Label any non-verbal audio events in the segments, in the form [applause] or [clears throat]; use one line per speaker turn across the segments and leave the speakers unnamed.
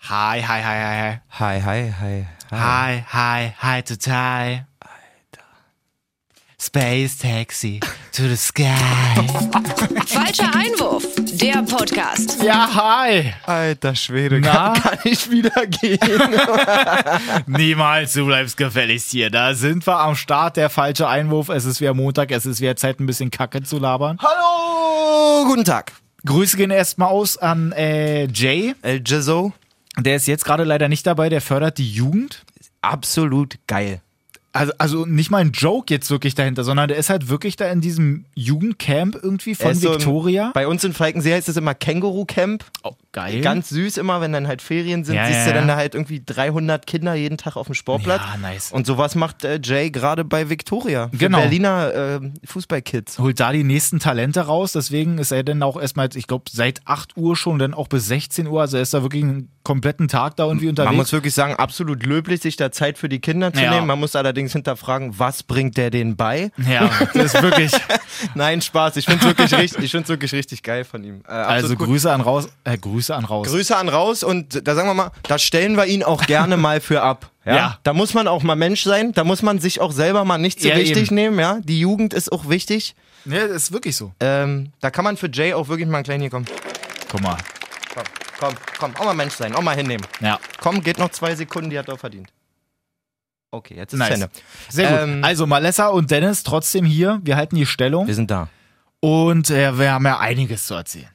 Hi, hi, hi, hi,
Hi, hi, hi,
hi. Hi, hi, hi to Thai. Alter. Space Taxi to the sky.
Falscher Einwurf, der Podcast.
[laughs] Ja, hi.
Alter Schwede,
Na?
kann, kann ich wieder gehen?
Niemals, du bleibst gefälligst hier. Da sind wir am Start. Der falsche Einwurf. Es ist wieder Montag. Es ist wieder Zeit, ein bisschen Kacke zu labern.
[laughs] Hallo, guten Tag.
Grüße gehen erstmal aus an äh, Jay.
El Jizzo,
Der ist jetzt gerade leider nicht dabei. Der fördert die Jugend.
absolut geil.
Also, also nicht mal ein Joke jetzt wirklich dahinter, sondern der ist halt wirklich da in diesem Jugendcamp irgendwie
Er
von
ist so im-
Victoria.
bei uns in Falkensee heißt es immer Känguru Camp.
oh, geil.
Ganz süß immer, wenn dann halt Ferien sind,
Ja,
siehst
ja,
du
ja.
dann da halt irgendwie 300 Kinder jeden Tag auf dem Sportplatz.
Ja, nice.
Und sowas macht äh, Jay gerade bei Victoria. Für
Genau.
Berliner äh, Fußballkids.
holt da die nächsten Talente raus. Deswegen ist er dann auch erstmal, ich glaube, seit 8 Uhr schon, dann auch bis 16 Uhr. Also er ist da wirklich einen kompletten Tag da irgendwie
Man
unterwegs.
muss wirklich sagen, absolut löblich, sich da Zeit für die Kinder zu
Ja.
nehmen. Man muss allerdings hinterfragen, was bringt der denen bei?
ja, das ist
[laughs]
wirklich.
Nein, Spaß. Ich finde es wirklich, richtig- ich find's wirklich richtig geil von ihm. Äh,
Also
absolut cool.
Grüße an raus. Äh, Grüße an raus.
Grüße an raus und da sagen wir mal, da stellen wir ihn auch gerne mal
[laughs]
für ab. Ja?
Ja.
Da muss man auch mal Mensch sein, da muss man sich auch selber mal nicht so
Ja,
wichtig
eben.
nehmen. Ja? Die Jugend ist auch wichtig.
ne, das ist wirklich so.
Ähm, da kann man für Jay auch wirklich mal einen kleinen hier kommen.
Guck mal.
Komm, komm, komm, auch mal Mensch sein, auch mal hinnehmen.
Ja,
Komm, geht noch zwei Sekunden, die hat er verdient. Okay, jetzt ist
nice.
Ende.
Sehr gut.
Ähm,
also Malessa und Dennis trotzdem hier. Wir halten die Stellung.
Wir sind da.
Und äh, wir haben ja einiges zu erzählen.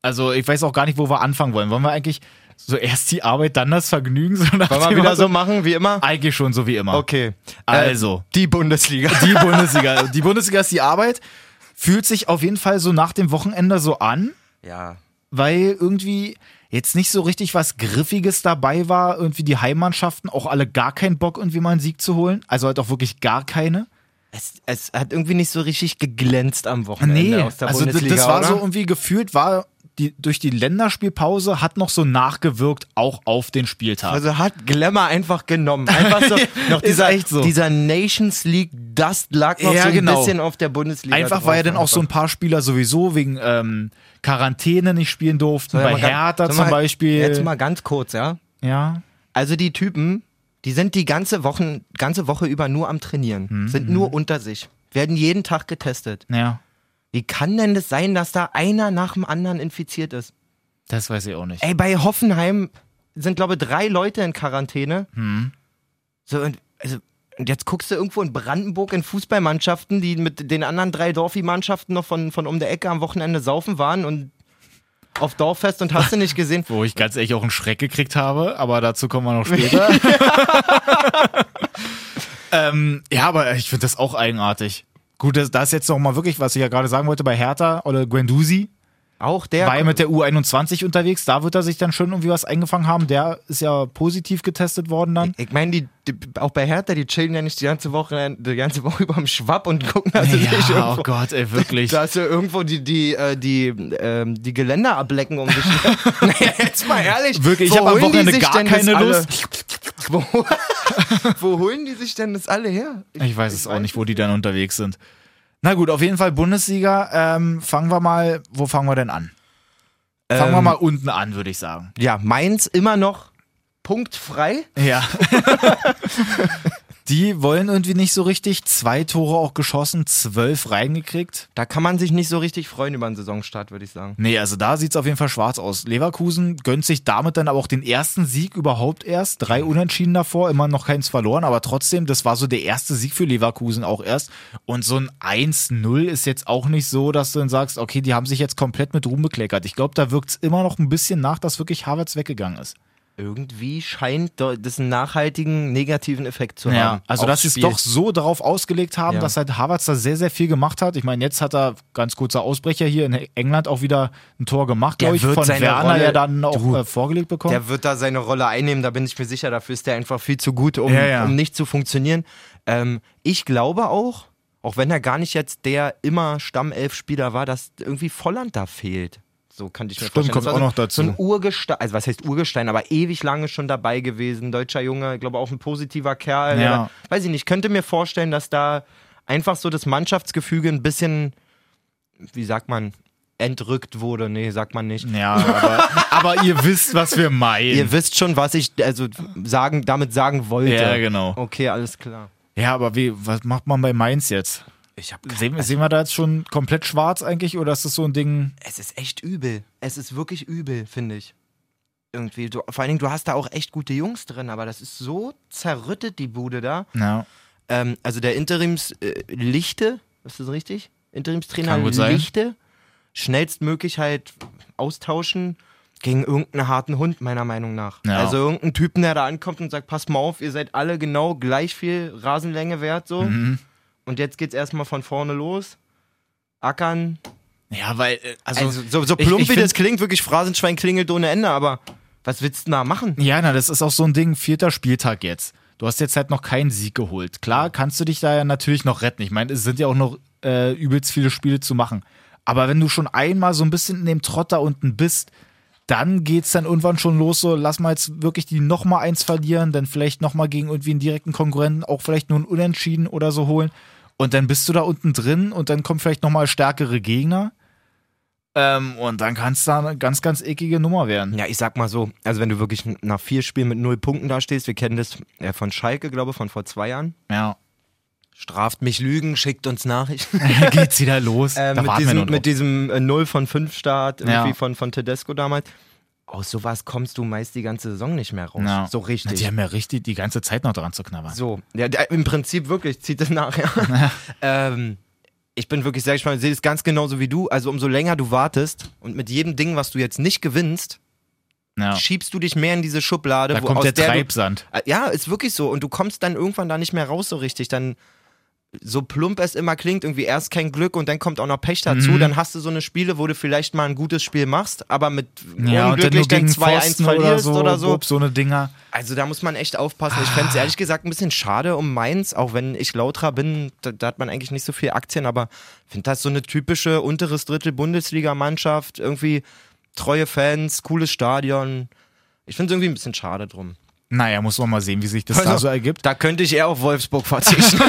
Also ich weiß auch gar nicht, wo wir anfangen wollen. Wollen wir eigentlich so erst die Arbeit, dann das Vergnügen? [laughs] So nach
Wollen wir
dem
wieder
Motto?
so machen, wie immer?
Eigentlich schon so wie immer.
Okay.
Also.
Äh, die Bundesliga.
Die Bundesliga. Die Bundesliga ist die Arbeit. Fühlt sich auf jeden Fall so nach dem Wochenende so an,
[laughs] Ja.
weil irgendwie jetzt nicht so richtig was Griffiges dabei war. Irgendwie die Heimmannschaften auch alle gar keinen Bock, irgendwie mal einen Sieg zu holen. Also halt auch wirklich gar keine.
Es, es hat irgendwie nicht so richtig geglänzt am Wochenende
Nee,
aus der
also d-
Bundesliga.
das war
oder?
so irgendwie gefühlt, war die, durch die Länderspielpause hat noch so nachgewirkt, auch auf den Spieltag.
Also hat Glamour einfach genommen. Einfach so
[laughs]
noch
Ist
dieser,
echt so.
dieser Nations League Dust lag noch
Ja,
so ein
genau.
bisschen auf der Bundesliga.
Einfach
drauf,
weil ja dann auch so ein paar Spieler sowieso wegen ähm, Quarantäne nicht spielen durften.
Soll ich
Bei
mal ganz-
Hertha
soll
zum
mal-
Beispiel.
Jetzt mal ganz kurz, ja.
ja.
Also die Typen, die sind die ganze Woche, ganze Woche über nur am Trainieren,
Mhm.
sind nur unter sich, werden jeden Tag getestet.
Ja.
Wie kann denn das sein, dass da einer nach dem anderen infiziert ist?
Das weiß ich auch nicht.
Ey, bei Hoffenheim sind, glaube ich, drei Leute in Quarantäne.
Hm.
So, und, also, und jetzt guckst du irgendwo in Brandenburg in Fußballmannschaften, die mit den anderen drei Dorfi-Mannschaften noch von, von um der Ecke am Wochenende saufen waren und auf Dorffest und hast du
[laughs]
nicht gesehen.
Wo ich ganz ehrlich auch einen Schreck gekriegt habe, aber dazu kommen wir noch
[laughs]
später. ähm, ja, aber ich finde das auch eigenartig. Gut, das, das ist jetzt noch mal wirklich, was ich ja gerade sagen wollte, bei Hertha oder Guendouzi
Auch der.
war ja mit der U21 unterwegs, da wird er sich dann schön irgendwie was eingefangen haben. Der ist ja positiv getestet worden dann.
ich meine, die, die, auch bei Hertha, die chillen ja nicht die ganze Woche, die ganze Woche [laughs] über am Schwapp und gucken, dass sie nicht
Ja,
irgendwo,
oh Gott, ey, wirklich.
dass sie irgendwo die, die, äh, die, ähm, die Geländer
[laughs]
ablecken, [laughs] um sich. naja, jetzt mal ehrlich.
Wirklich, ich
wo
habe am
holen die
Wochenende
sich
gar
denn das
keine
alle? [laughs]
Lust.
Wo, wo holen die sich denn das alle her?
Ich weiß es auch nicht, wo die dann unterwegs sind. Na gut, auf jeden Fall Bundesliga. Ähm, fangen wir mal, wo fangen wir denn an? Fangen wir
Ähm,
mal unten an, würde ich sagen.
Ja, Mainz immer noch punktfrei.
Ja. [laughs] die wollen irgendwie nicht so richtig. Zwei Tore auch geschossen, zwölf reingekriegt.
Da kann man sich nicht so richtig freuen über einen Saisonstart, würde ich sagen.
Nee, also da sieht's auf jeden Fall schwarz aus. Leverkusen gönnt sich damit dann aber auch den ersten Sieg überhaupt erst. Drei Unentschieden davor, immer noch keins verloren, aber trotzdem, das war so der erste Sieg für Leverkusen auch erst. Und so ein 1-0 ist jetzt auch nicht so, dass du dann sagst, okay, die haben sich jetzt komplett mit Ruhm bekleckert. Ich glaube, da wirkt's immer noch ein bisschen nach, dass wirklich Havertz weggegangen ist.
Irgendwie scheint do- das einen nachhaltigen negativen Effekt zu haben.
also
aufs
dass sie es
Spiel.
doch so darauf ausgelegt haben,
Ja.
dass halt Havertz da sehr, sehr viel gemacht hat. Ich meine, jetzt hat er ganz kurzer Ausbrecher hier in England auch wieder ein Tor gemacht,
Der
glaube ich,
wird
von
seine
Werner
Rolle-
ja dann auch äh, vorgelegt bekommen.
Der wird da seine Rolle einnehmen, da bin ich mir sicher. Dafür ist der einfach viel zu gut, um,
Ja, ja.
um nicht zu funktionieren. Ähm, ich glaube auch, auch wenn er gar nicht jetzt der immer Stammelf-Spieler war, dass irgendwie Volland da fehlt. So kann ich mir
Stimmt,
vorstellen.
kommt
Das war
auch
so-
noch dazu.
So ein Urgestein, also was heißt Urgestein, aber ewig lange schon dabei gewesen. Deutscher Junge, ich glaube auch ein positiver Kerl.
Ja.
Oder, weiß ich nicht, könnte mir vorstellen, dass da einfach so das Mannschaftsgefüge ein bisschen, wie sagt man, entrückt wurde. Nee, sagt man nicht.
Ja, aber, [laughs] aber ihr wisst, was wir meinen.
Ihr wisst schon, was ich also sagen, damit sagen wollte.
ja, genau.
Okay, alles klar.
Ja, aber wie, was macht man bei Mainz jetzt?
Ich hab
Sehen, sehen wir da jetzt schon komplett schwarz eigentlich oder ist das so ein Ding?
Es ist echt übel. Es ist wirklich übel, finde ich. Irgendwie. Du, vor allen Dingen, du hast da auch echt gute Jungs drin, aber das ist so zerrüttet, die Bude da.
Ja.
Ähm, also der Interims äh, Lichte, ist das richtig? Interimstrainer
Kann gut sein.
Lichte. Schnellstmöglich halt austauschen gegen irgendeinen harten Hund, meiner Meinung nach.
Ja.
Also irgendeinen Typen, der da ankommt und sagt, passt mal auf, ihr seid alle genau gleich viel Rasenlänge wert, so.
Mhm.
Und jetzt geht's erstmal von vorne los. Ackern.
Ja, weil, äh, also,
Also, so, so
ich-
plump
ich
wie
find-
das klingt, wirklich Phrasenschwein klingelt ohne Ende, aber was willst du denn da machen?
Ja, na, das ist auch so ein Ding, vierter Spieltag jetzt. Du hast jetzt halt noch keinen Sieg geholt. Klar, kannst du dich da ja natürlich noch retten. Ich meine, es sind ja auch noch äh, übelst viele Spiele zu machen. Aber wenn du schon einmal so ein bisschen in dem Trott da unten bist, dann geht's dann irgendwann schon los, so lass mal jetzt wirklich die noch mal eins verlieren, dann vielleicht noch mal gegen irgendwie einen direkten Konkurrenten, auch vielleicht nur einen Unentschieden oder so holen. Und dann bist du da unten drin und dann kommen vielleicht noch mal stärkere Gegner. Ähm, und dann kann's da eine ganz, ganz eklige Nummer werden.
Ja, ich sag mal so, also wenn du wirklich nach vier Spielen mit null Punkten dastehst, wir kennen das äh, von Schalke, glaube ich, von vor zwei Jahren.
Ja.
Straft mich Lügen, schickt
[laughs]
uns Nachrichten.
Hier geht's wieder los.
Äh,
da
mit,
warten wir
diesem,
nur drauf.
mit diesem äh, 0 von 5 Start irgendwie
Ja.
von, von Tedesco damals. Aus sowas kommst du meist die ganze Saison nicht mehr raus.
Ja.
So
Na,
richtig.
die haben ja richtig die ganze Zeit noch dran zu knabbern.
So, ja, der, im Prinzip wirklich, zieht es
[laughs]
nachher. ähm, ich bin wirklich sehr gespannt, ich sehe es ganz genauso wie du. Also umso länger du wartest und mit jedem Ding, was du jetzt nicht gewinnst,
Ja.
schiebst du dich mehr in diese Schublade.
Da
wo,
kommt
aus
der
du-
Treibsand.
Äh, Ja, ist wirklich so. Und du kommst dann irgendwann da nicht mehr raus so richtig. Dann, so plump es immer klingt, irgendwie erst kein Glück und dann kommt auch noch Pech dazu.
Mhm.
Dann hast du so eine Spiele, wo du vielleicht mal ein gutes Spiel machst, aber mit
Ja, und dann nur
unglücklich dann
gegen
2-1
Pfosten oder
verlierst
so,
oder so.
Bub, so eine Dinger.
Also da muss man echt aufpassen. Ich
Ah.
fände es ehrlich gesagt ein bisschen schade um Mainz, auch wenn ich Lautra bin, da, da hat man eigentlich nicht so viel Aktien, aber finde das so eine typische unteres Drittel Bundesliga-Mannschaft, irgendwie treue Fans, cooles Stadion. Ich finde es irgendwie ein bisschen schade drum.
Naja, muss man mal sehen, wie sich das da
Also,
so ergibt.
Da könnte ich eher auf
[laughs]
Wolfsburg verzichten.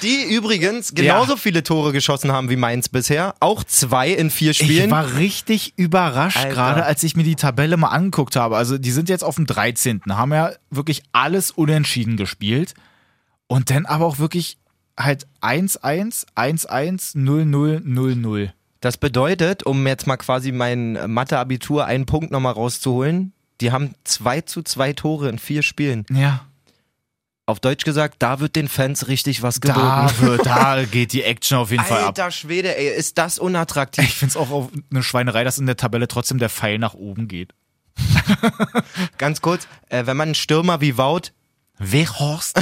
Die übrigens genauso viele Tore geschossen haben wie Mainz bisher. Auch zwei in vier
Ich
Spielen.
war richtig überrascht,
Alter.
gerade als ich mir die Tabelle mal angeguckt habe. Also, die sind jetzt auf dem 13. Haben ja wirklich alles unentschieden gespielt. Und dann aber auch wirklich halt 1-1, 1-1, 0-0, 0-0.
Das bedeutet, um jetzt mal quasi mein Mathe-Abitur einen Punkt nochmal rauszuholen, die haben 2 zu 2 Tore in vier Spielen.
Ja.
Auf Deutsch gesagt, da wird den Fans richtig was geboten.
Da, wird,
[laughs]
da geht die Action auf jeden Fall ab.
Alter Schwede, ey, ist das unattraktiv.
Ich finde es auch auf- eine Schweinerei, dass in der Tabelle trotzdem der Pfeil nach oben geht.
Ganz kurz, äh, wenn man einen Stürmer wie Wout
Wehorst.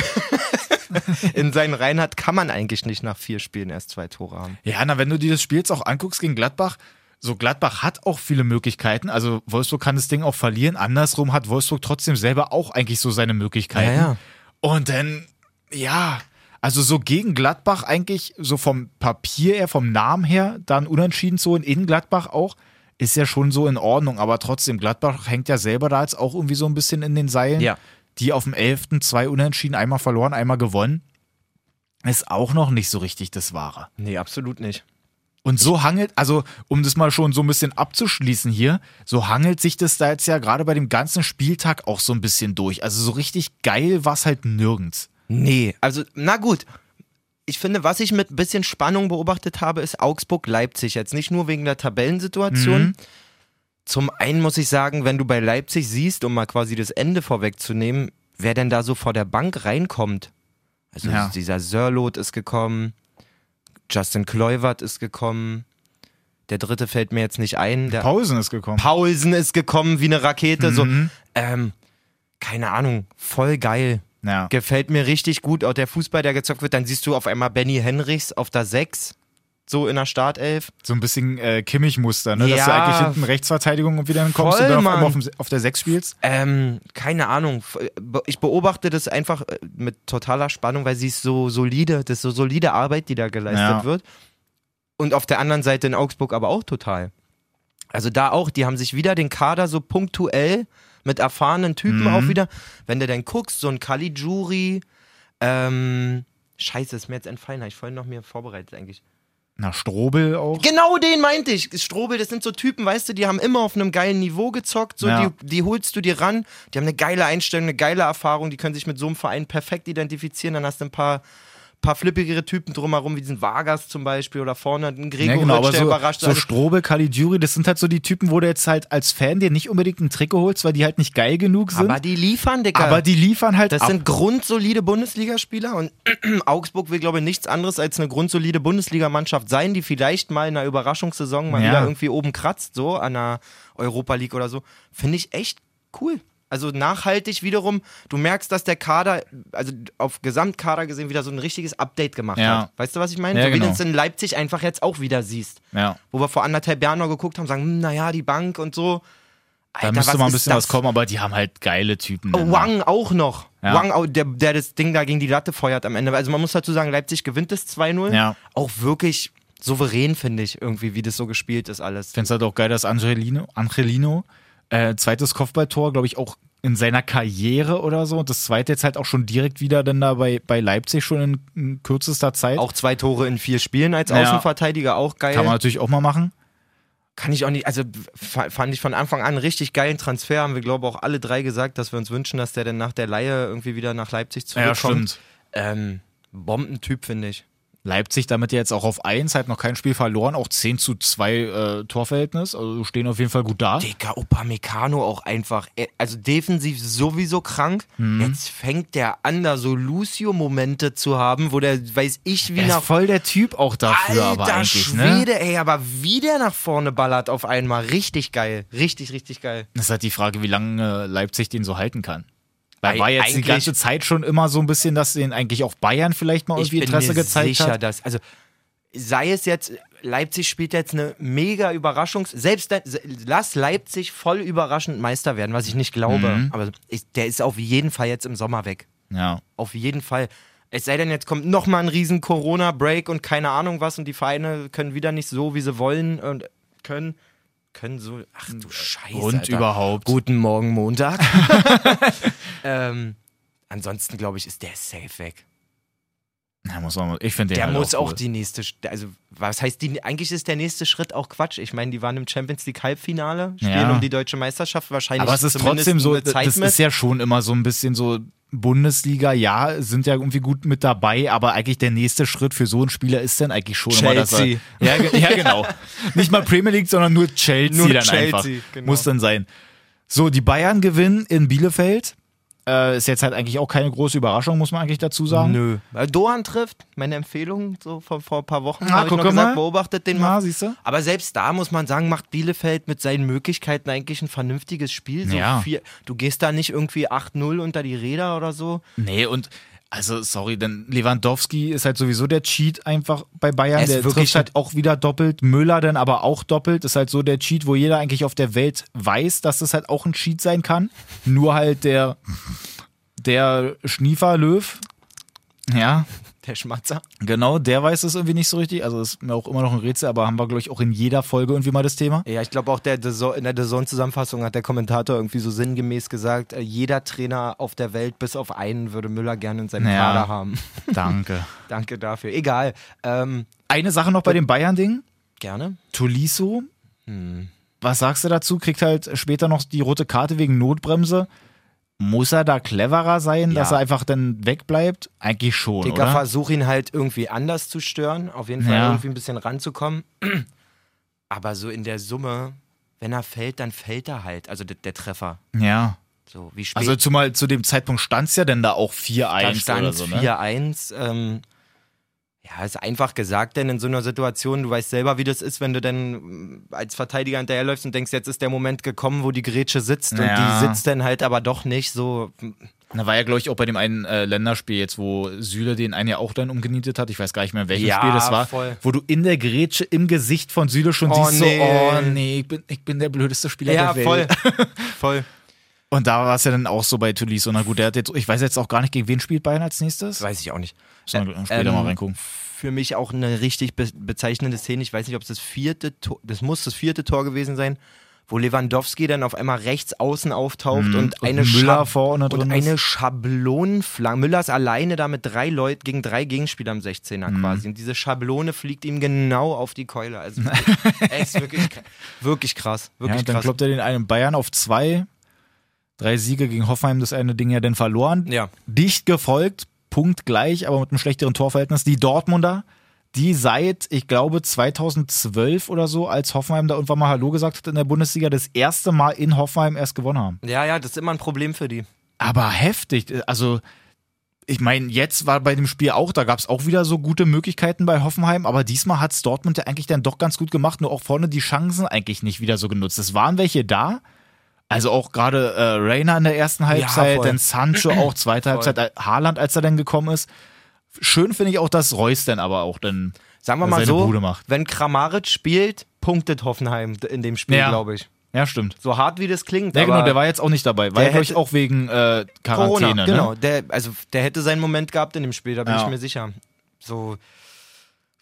in seinen Reihen hat, kann man eigentlich nicht nach vier Spielen erst zwei Tore haben.
Ja, na, wenn du dir das Spiel jetzt auch anguckst gegen Gladbach, so Gladbach hat auch viele Möglichkeiten. Also Wolfsburg kann das Ding auch verlieren. Andersrum hat Wolfsburg trotzdem selber auch eigentlich so seine Möglichkeiten.
Ja, ja.
Und dann, ja, also so gegen Gladbach eigentlich, so vom Papier her, vom Namen her, dann unentschieden zu und in Gladbach auch. Ist ja schon so in Ordnung, aber trotzdem, Gladbach hängt ja selber da jetzt auch irgendwie so ein bisschen in den Seilen.
Ja.
Die auf dem 11. zwei Unentschieden, einmal verloren, einmal gewonnen. Ist auch noch nicht so richtig das Wahre.
Nee, absolut nicht.
Und so hangelt, also um das mal schon so ein bisschen abzuschließen hier, so hangelt sich das da jetzt ja gerade bei dem ganzen Spieltag auch so ein bisschen durch. Also so richtig geil war es halt nirgends.
Nee, also, na gut. Ich finde, was ich mit ein bisschen Spannung beobachtet habe, ist Augsburg-Leipzig jetzt. Nicht nur wegen der Tabellensituation. Zum einen muss ich sagen, wenn du bei Leipzig siehst, um mal quasi das Ende vorwegzunehmen, wer denn da so vor der Bank reinkommt. Also
Ja.
dieser Sörlot ist gekommen, Justin Kluivert ist gekommen, der dritte fällt mir jetzt nicht ein, der
Pausen ist gekommen.
Paulsen ist gekommen wie eine Rakete. So, ähm, keine Ahnung, voll geil.
ja.
Gefällt mir richtig gut. Auch der Fußball, der gezockt wird, dann siehst du auf einmal Benny Henrichs auf der 6, so in der Startelf.
So ein bisschen äh, Kimmich-Muster, ne? Dass du
Ja.
eigentlich hinten Rechtsverteidigung und wieder dann kommst
Voll,
und dann auf,
Mann.
einmal auf, dem- auf der 6 spielst.
Ähm, keine Ahnung. F- äh, be- Ich beobachte das einfach äh, mit totaler Spannung, weil sie ist so solide, das ist so solide Arbeit, die da geleistet
Ja.
wird. Und auf der anderen Seite in Augsburg aber auch total. Also da auch, die haben sich wieder den Kader so punktuell mit erfahrenen Typen auch wieder. Wenn du dann guckst, so ein Caligiuri, ähm, scheiße, ist mir jetzt entfallen, habe ich vorhin noch mir vorbereitet eigentlich.
Na, Strobel auch.
Genau den meinte ich. Strobel, das sind so Typen, weißt du, die haben immer auf einem geilen Niveau gezockt. So,
Ja.
die, die holst du dir ran. Die haben eine geile Einstellung, eine geile Erfahrung. Die können sich mit so einem Verein perfekt identifizieren. Dann hast du ein paar, paar flippigere Typen drumherum, wie diesen Vargas zum Beispiel oder vorne einen Gregor,
Ja, genau, aber
der
so,
überrascht.
so
alle.
Strobel, Caligiuri, das sind halt so die Typen, wo du jetzt halt als Fan dir nicht unbedingt einen Trikot holst, weil die halt nicht geil genug sind.
aber die liefern, Digga.
aber die liefern halt
das
ab.
sind grundsolide Bundesligaspieler und [clears throat] Augsburg will, glaube ich, nichts anderes als eine grundsolide Bundesligamannschaft sein, die vielleicht mal in einer Überraschungssaison mal
Ja.
wieder irgendwie oben kratzt, so an einer Europa League oder so. Finde ich echt cool. Also nachhaltig wiederum, du merkst, dass der Kader, also auf Gesamtkader gesehen, wieder so ein richtiges Update gemacht
Ja.
hat. Weißt du, was ich meine?
Ja,
so wie
genau.
du es in Leipzig einfach jetzt auch wieder siehst.
ja,
Wo wir vor anderthalb Jahren noch geguckt haben, sagen, naja, die Bank und so.
da
Alter,
müsste mal ein
ist
bisschen
das
was kommen, aber die haben halt geile Typen.
Oh, Wang auch noch.
Ja.
Wang, au- der, der das Ding da gegen die Latte feuert am Ende. Also man muss dazu sagen, Leipzig gewinnt das 2-0.
Ja.
Auch wirklich souverän, finde ich, irgendwie, wie das so gespielt ist alles.
Ich finde es halt auch geil, dass Angelino, Angelino äh, zweites Kopfballtor, glaube ich, auch in seiner Karriere oder so. Und das zweite jetzt halt auch schon direkt wieder dann da bei, bei Leipzig schon in, in kürzester Zeit.
Auch zwei Tore in vier Spielen als
Ja.
Außenverteidiger, auch geil.
Kann man natürlich auch mal machen.
Kann ich auch nicht, also fa- fand ich von Anfang an einen richtig geilen Transfer. Haben wir, glaube ich, auch alle drei gesagt, dass wir uns wünschen, dass der dann nach der Laie irgendwie wieder nach Leipzig zurückkommt. ähm, Bombentyp, finde ich.
Leipzig damit ja jetzt auch auf 1, halt noch kein Spiel verloren, auch 10 zu 2 äh, Torverhältnis. Also stehen auf jeden Fall gut da.
Digga, Upamecano auch einfach. Er- Also defensiv sowieso krank.
Mhm.
Jetzt fängt der an, da so Lucio-Momente zu haben, wo der weiß ich wie
Er ist
nach.
voll der Typ auch dafür,
Alter
aber eigentlich,
Schwede,
ne?
ey, aber wie der nach vorne ballert auf einmal. Richtig geil. Richtig, richtig geil.
Das ist halt die Frage, wie lange Leipzig den so halten kann. Weil
Ei-
war jetzt die
eigentlich-
ganze Zeit schon immer so ein bisschen, dass den eigentlich auch Bayern vielleicht mal
Ich
irgendwie
bin
Interesse
mir
gezeigt
sicher,
hat.
dass. Also, sei es jetzt, Leipzig spielt jetzt eine mega Überraschungs-, selbst dann- se- lass Leipzig voll überraschend Meister werden, was ich nicht glaube.
Mhm.
Aber ich, der ist auf jeden Fall jetzt im Sommer weg.
Ja.
Auf jeden Fall. Es sei denn, jetzt kommt nochmal ein riesen Corona-Break und keine Ahnung was und die Vereine können wieder nicht so, wie sie wollen und können. Können so. Ach du Scheiße.
Und
Alter.
überhaupt.
Guten Morgen, Montag. [laughs] ähm, ansonsten, glaube ich, ist der safe weg.
Ja, muss man, ich finde den
Der
halt
muss auch
cool.
die nächste. Sch- Also, was heißt die? Eigentlich ist der nächste Schritt auch Quatsch. Ich meine, die waren im Champions League-Halbfinale, spielen
Ja.
um die deutsche Meisterschaft wahrscheinlich.
Aber es ist
zumindest
trotzdem so,
eine Zeit
das
mit.
ist ja schon immer so ein bisschen so Bundesliga, ja, sind ja irgendwie gut mit dabei, aber eigentlich der nächste Schritt für so einen Spieler ist dann eigentlich schon immer, dass er,
Chelsea.
ja, ge- ja,
[laughs]
genau. Nicht mal Premier League, sondern nur Chelsea
Nur
dann
Chelsea,
einfach.
genau.
Muss dann sein. So, die Bayern gewinnen in Bielefeld. Äh, ist jetzt halt eigentlich auch keine große Überraschung, muss man eigentlich dazu sagen.
Nö. Weil Doan trifft, meine Empfehlung, so vor, vor ein paar Wochen
Ah,
habe ich noch
guck mal.
gesagt, beobachtet den
Na,
mal.
siehst du?
Aber selbst da muss man sagen, macht Bielefeld mit seinen Möglichkeiten eigentlich ein vernünftiges Spiel. So
Ja.
vier, du gehst da nicht irgendwie 8-0 unter die Räder oder so.
Nee, und also sorry, denn Lewandowski ist halt sowieso der Cheat einfach bei Bayern.
Er ist
Der
wirklich-
trifft halt auch wieder doppelt. Müller dann aber auch doppelt. Ist halt so der Cheat, wo jeder eigentlich auf der Welt weiß, dass das halt auch ein Cheat sein kann. Nur halt der, der Schnieferlöw. Ja,
Der Schmatzer.
genau, der weiß es irgendwie nicht so richtig. Also ist mir auch immer noch ein Rätsel, aber haben wir, glaube ich, auch in jeder Folge irgendwie mal das Thema.
Ja, ich glaube auch der Dazon- in der Dazon-Zusammenfassung hat der Kommentator irgendwie so sinngemäß gesagt, äh, jeder Trainer auf der Welt, bis auf einen, würde Müller gerne in seinem
Ja.
Kader haben.
Danke.
Danke dafür. Egal. Ähm,
Eine Sache noch bei dem Bayern-Ding.
gerne.
Tolisso. Hm. Was sagst du dazu? Kriegt halt später noch die rote Karte wegen Notbremse. Muss er da cleverer sein, dass
Ja.
er einfach dann wegbleibt? Eigentlich schon,
Digga,
oder?
versuch ihn halt irgendwie anders zu stören, auf jeden Fall
Ja.
irgendwie ein bisschen ranzukommen. [clears throat] Aber so in der Summe, wenn er fällt, dann fällt er halt. Also der, der Treffer.
Ja.
So, wie spät
Also
also,
zumal zu dem Zeitpunkt stand es ja denn da auch 4-1
stand
oder
es
so, ne?
4-1. Ähm, ja, ist einfach gesagt, denn in so einer Situation, du weißt selber, wie das ist, wenn du dann mm, als Verteidiger hinterherläufst und denkst, jetzt ist der Moment gekommen, wo die Grätsche sitzt
Ja.
und die sitzt dann halt aber doch nicht so.
Da war ja, glaube ich, auch bei dem einen äh, Länderspiel jetzt, wo Süle den einen ja auch dann umgenietet hat. Ich weiß gar nicht mehr, in welchem
Ja,
Spiel das war.
voll.
Wo du in der Grätsche im Gesicht von Süle schon
Oh,
siehst,
nee.
so, oh nee, ich bin, ich bin der blödeste Spieler
Ja,
der Welt.
[laughs] voll. voll.
Und da war es ja dann auch so bei Toulouse. Na gut, der hat jetzt, ich weiß jetzt auch gar nicht, gegen wen spielt Bayern als nächstes.
Weiß ich auch nicht.
Sollen wir
Äh,
später mal reingucken.
Für mich auch eine richtig be bezeichnende Szene. Ich weiß nicht, ob es das vierte Tor, das muss das vierte Tor gewesen sein, wo Lewandowski dann auf einmal rechts außen auftaucht und eine
Mhm. Müller
Schab-
vorne
und
drin
eine
ist.
Schablonenflanke. Müller ist alleine da mit drei Leuten gegen drei Gegenspieler am 16er
Mhm.
quasi. Und diese Schablone fliegt ihm genau auf die Keule.
[laughs]
Also ey, ist wirklich, kr- wirklich krass,
Ja,
wirklich
dann
krass.
kloppt er den einen Bayern auf zwei. Drei Siege gegen Hoffenheim, das eine Ding ja dann verloren.
Ja.
Dicht gefolgt, punktgleich, aber mit einem schlechteren Torverhältnis. Die Dortmunder, die seit, ich glaube, 2012 oder so, als Hoffenheim da irgendwann mal Hallo gesagt hat in der Bundesliga, das erste Mal in Hoffenheim erst gewonnen haben.
ja, ja, das ist immer ein Problem für die.
Aber heftig. Also, ich meine, jetzt war bei dem Spiel auch, da gab es auch wieder so gute Möglichkeiten bei Hoffenheim, aber diesmal hat es Dortmund ja eigentlich dann doch ganz gut gemacht, nur auch vorne die Chancen eigentlich nicht wieder so genutzt. Es waren welche da. Also auch gerade äh, Rainer in der ersten Halbzeit,
voll.
dann Sancho auch zweite Halbzeit, äh, Haaland, als er dann gekommen ist. Schön finde ich auch, dass Reus dann aber auch dann
Sagen wir
Dass
mal
er eine
so,
Bude macht.
wenn Kramaric spielt, punktet Hoffenheim d- in dem Spiel,
Ja.
glaube ich.
Ja, stimmt.
So hart wie das klingt.
Ja, genau,
aber
der war jetzt auch nicht dabei, weil
der
glaube ich
hätte-
auch wegen äh, Quarantäne.
Corona,
ne?
genau. Der, also der hätte seinen Moment gehabt in dem Spiel, da bin
Ja.
ich mir sicher. So.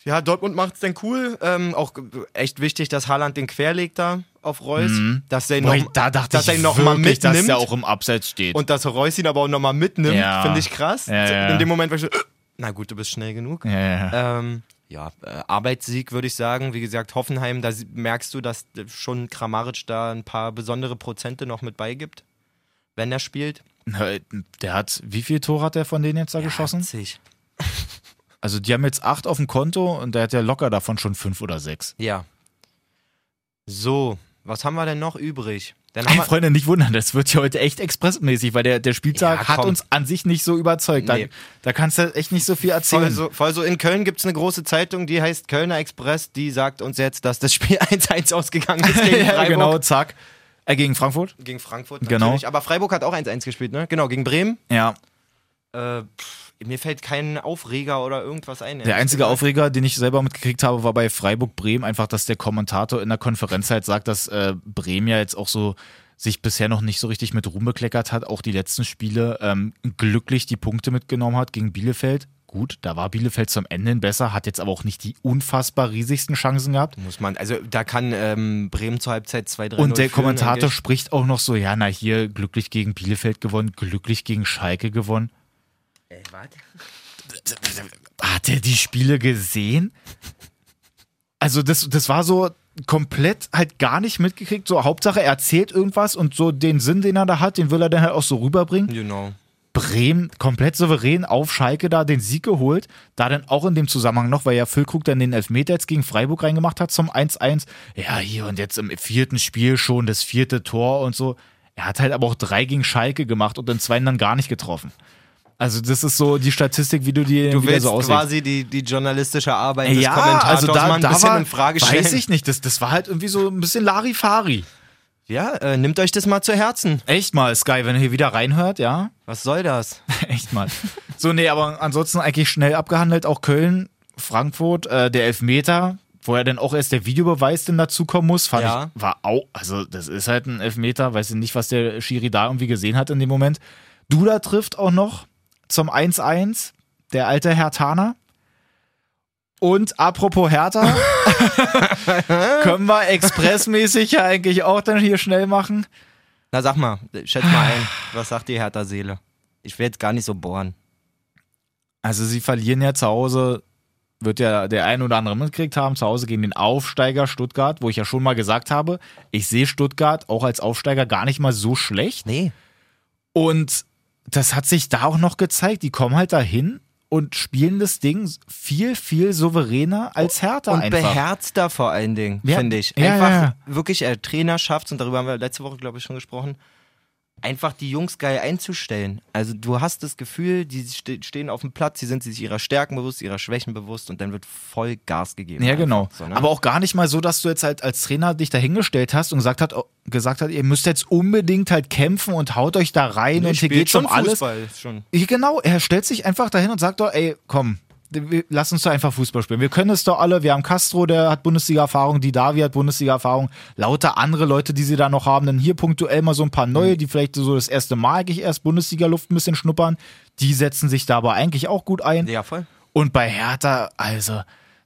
Ja, Dortmund macht's dann cool. Ähm, auch äh, echt wichtig, dass Haaland den querlegt da auf Reus. Dass der ihn
Boah,
noch,
ich, Mhm. da dachte
dass
ich
er ihn noch mal
wirklich, dass
mitnimmt.
der auch im Abseits steht.
und dass Reus ihn aber auch nochmal mitnimmt,
Ja.
finde ich krass.
Ja, ja, ja.
In dem Moment war ich so, äh, na gut, du bist schnell genug.
ja, ja, ja.
Ähm, ja, äh, Arbeitssieg würde ich sagen. Wie gesagt, Hoffenheim, da sie- merkst du, dass äh, schon Kramaric da ein paar besondere Prozente noch mit beigibt, wenn er spielt.
Na, Der hat, wie viel Tore hat der von denen jetzt da geschossen?
80.
Also die haben jetzt acht auf dem Konto und der hat ja locker davon schon fünf oder sechs.
Ja. So, was haben wir denn noch übrig? Dann haben
Ey,
wir,
Freunde, nicht wundern, das wird ja heute echt expressmäßig, weil der, der Spieltag
Ja,
hat
komm.
uns an sich nicht so überzeugt. Da,
Nee.
da kannst du echt nicht so viel erzählen.
voll so, voll so in Köln gibt es eine große Zeitung, die heißt Kölner Express, die sagt uns jetzt, dass das Spiel [laughs] 1-1 ausgegangen ist
[laughs]
gegen
[laughs] ja,
Freiburg.
genau, zack. Äh, gegen Frankfurt?
Gegen Frankfurt
Genau.
natürlich. Aber Freiburg hat auch 1-1 gespielt, ne? Genau, gegen Bremen.
Ja.
Äh, pff, mir fällt kein Aufreger oder irgendwas ein.
Der
ehrlich
einzige
gesagt.
Aufreger, den ich selber mitgekriegt habe, war bei Freiburg-Bremen einfach, dass der Kommentator in der Konferenz halt sagt, dass äh, Bremen ja jetzt auch so sich bisher noch nicht so richtig mit Ruhm bekleckert hat, auch die letzten Spiele ähm, glücklich die Punkte mitgenommen hat gegen Bielefeld. Gut, da war Bielefeld zum Ende hin besser, hat jetzt aber auch nicht die unfassbar riesigsten Chancen gehabt.
Muss man, also da kann ähm, Bremen zur Halbzeit 2-3
Und der
führen,
Kommentator
eigentlich.
spricht auch noch so, ja, na hier, glücklich gegen Bielefeld gewonnen, glücklich gegen Schalke gewonnen.
Ey, Äh, warte.
Hat er die Spiele gesehen? Also, das, das war so komplett halt gar nicht mitgekriegt. So, Hauptsache, er erzählt irgendwas und so den Sinn, den er da hat, den will er dann halt auch so rüberbringen.
Genau.
Bremen komplett souverän auf Schalke da den Sieg geholt. Da dann auch in dem Zusammenhang noch, weil ja Füllkrug dann den Elfmeter jetzt gegen Freiburg reingemacht hat zum 1-1. Ja, hier und jetzt im vierten Spiel schon das vierte Tor und so. Er hat halt aber auch drei gegen Schalke gemacht und in zwei dann gar nicht getroffen. Also das ist so die Statistik, wie du dir
Du
wieder
willst
so aussiehst
quasi die, die journalistische Arbeit des
ja,
Kommentators
also da,
mal ein
da
bisschen
war,
in Frage stellen.
weiß ich nicht, das, das war halt irgendwie so ein bisschen Larifari.
Ja, äh, nehmt euch das mal zu Herzen.
Echt mal, Sky, wenn ihr hier wieder reinhört, ja,
Was soll das?
[laughs] echt mal. so, nee, aber ansonsten eigentlich schnell abgehandelt, auch Köln, Frankfurt, äh, der Elfmeter, wo ja dann auch erst der Videobeweis denn dazukommen muss, fand
Ja.
ich, war auch, also das ist halt ein Elfmeter, weiß ich nicht, was der Schiri da irgendwie gesehen hat in dem Moment. Duda trifft auch noch zum 1-1, der alte Herr Taner. Und apropos Hertha, [laughs] können wir expressmäßig ja eigentlich auch dann hier schnell machen.
Na sag mal, schätz mal ein, was sagt die Hertha Seele? Ich will jetzt gar nicht so bohren.
Also sie verlieren ja zu Hause, wird ja der ein oder andere mitgekriegt haben, zu Hause gegen den Aufsteiger Stuttgart, wo ich ja schon mal gesagt habe, ich sehe Stuttgart auch als Aufsteiger gar nicht mal so schlecht.
Nee.
Und das hat sich da auch noch gezeigt. Die kommen halt dahin und spielen das Ding viel, viel souveräner als Hertha
Und
einfach.
beherzter vor allen Dingen,
Ja.
finde ich.
Ja, ja,
Einfach
ja.
wirklich äh, Trainer schafft und darüber haben wir letzte Woche, glaube ich, schon gesprochen. Einfach die Jungs geil einzustellen. Also du hast das Gefühl, die ste stehen auf dem Platz, die sind sich ihrer Stärken bewusst, ihrer Schwächen bewusst und dann wird voll Gas gegeben.
Ja,
einfach.
genau.
So, ne?
Aber auch gar nicht mal so, dass du jetzt halt als Trainer dich dahingestellt hast und gesagt, hat, gesagt hat, ihr müsst jetzt unbedingt halt kämpfen und haut euch da rein
Nee,
und hier
spielt
geht schon um alles.
Fußball, ist Schon.
Ja, genau, er stellt sich einfach dahin und sagt doch, ey, komm, wir- lass uns doch einfach Fußball spielen. Wir können es doch alle. Wir haben Castro, der hat Bundesliga-Erfahrung, die Davi hat Bundesliga-Erfahrung, lauter andere Leute, die sie da noch haben. Dann hier punktuell mal so ein paar neue, die vielleicht so das erste Mal eigentlich erst Bundesliga-Luft ein bisschen schnuppern. Die setzen sich dabei eigentlich auch gut ein.
Ja, voll.
Und bei Hertha, also,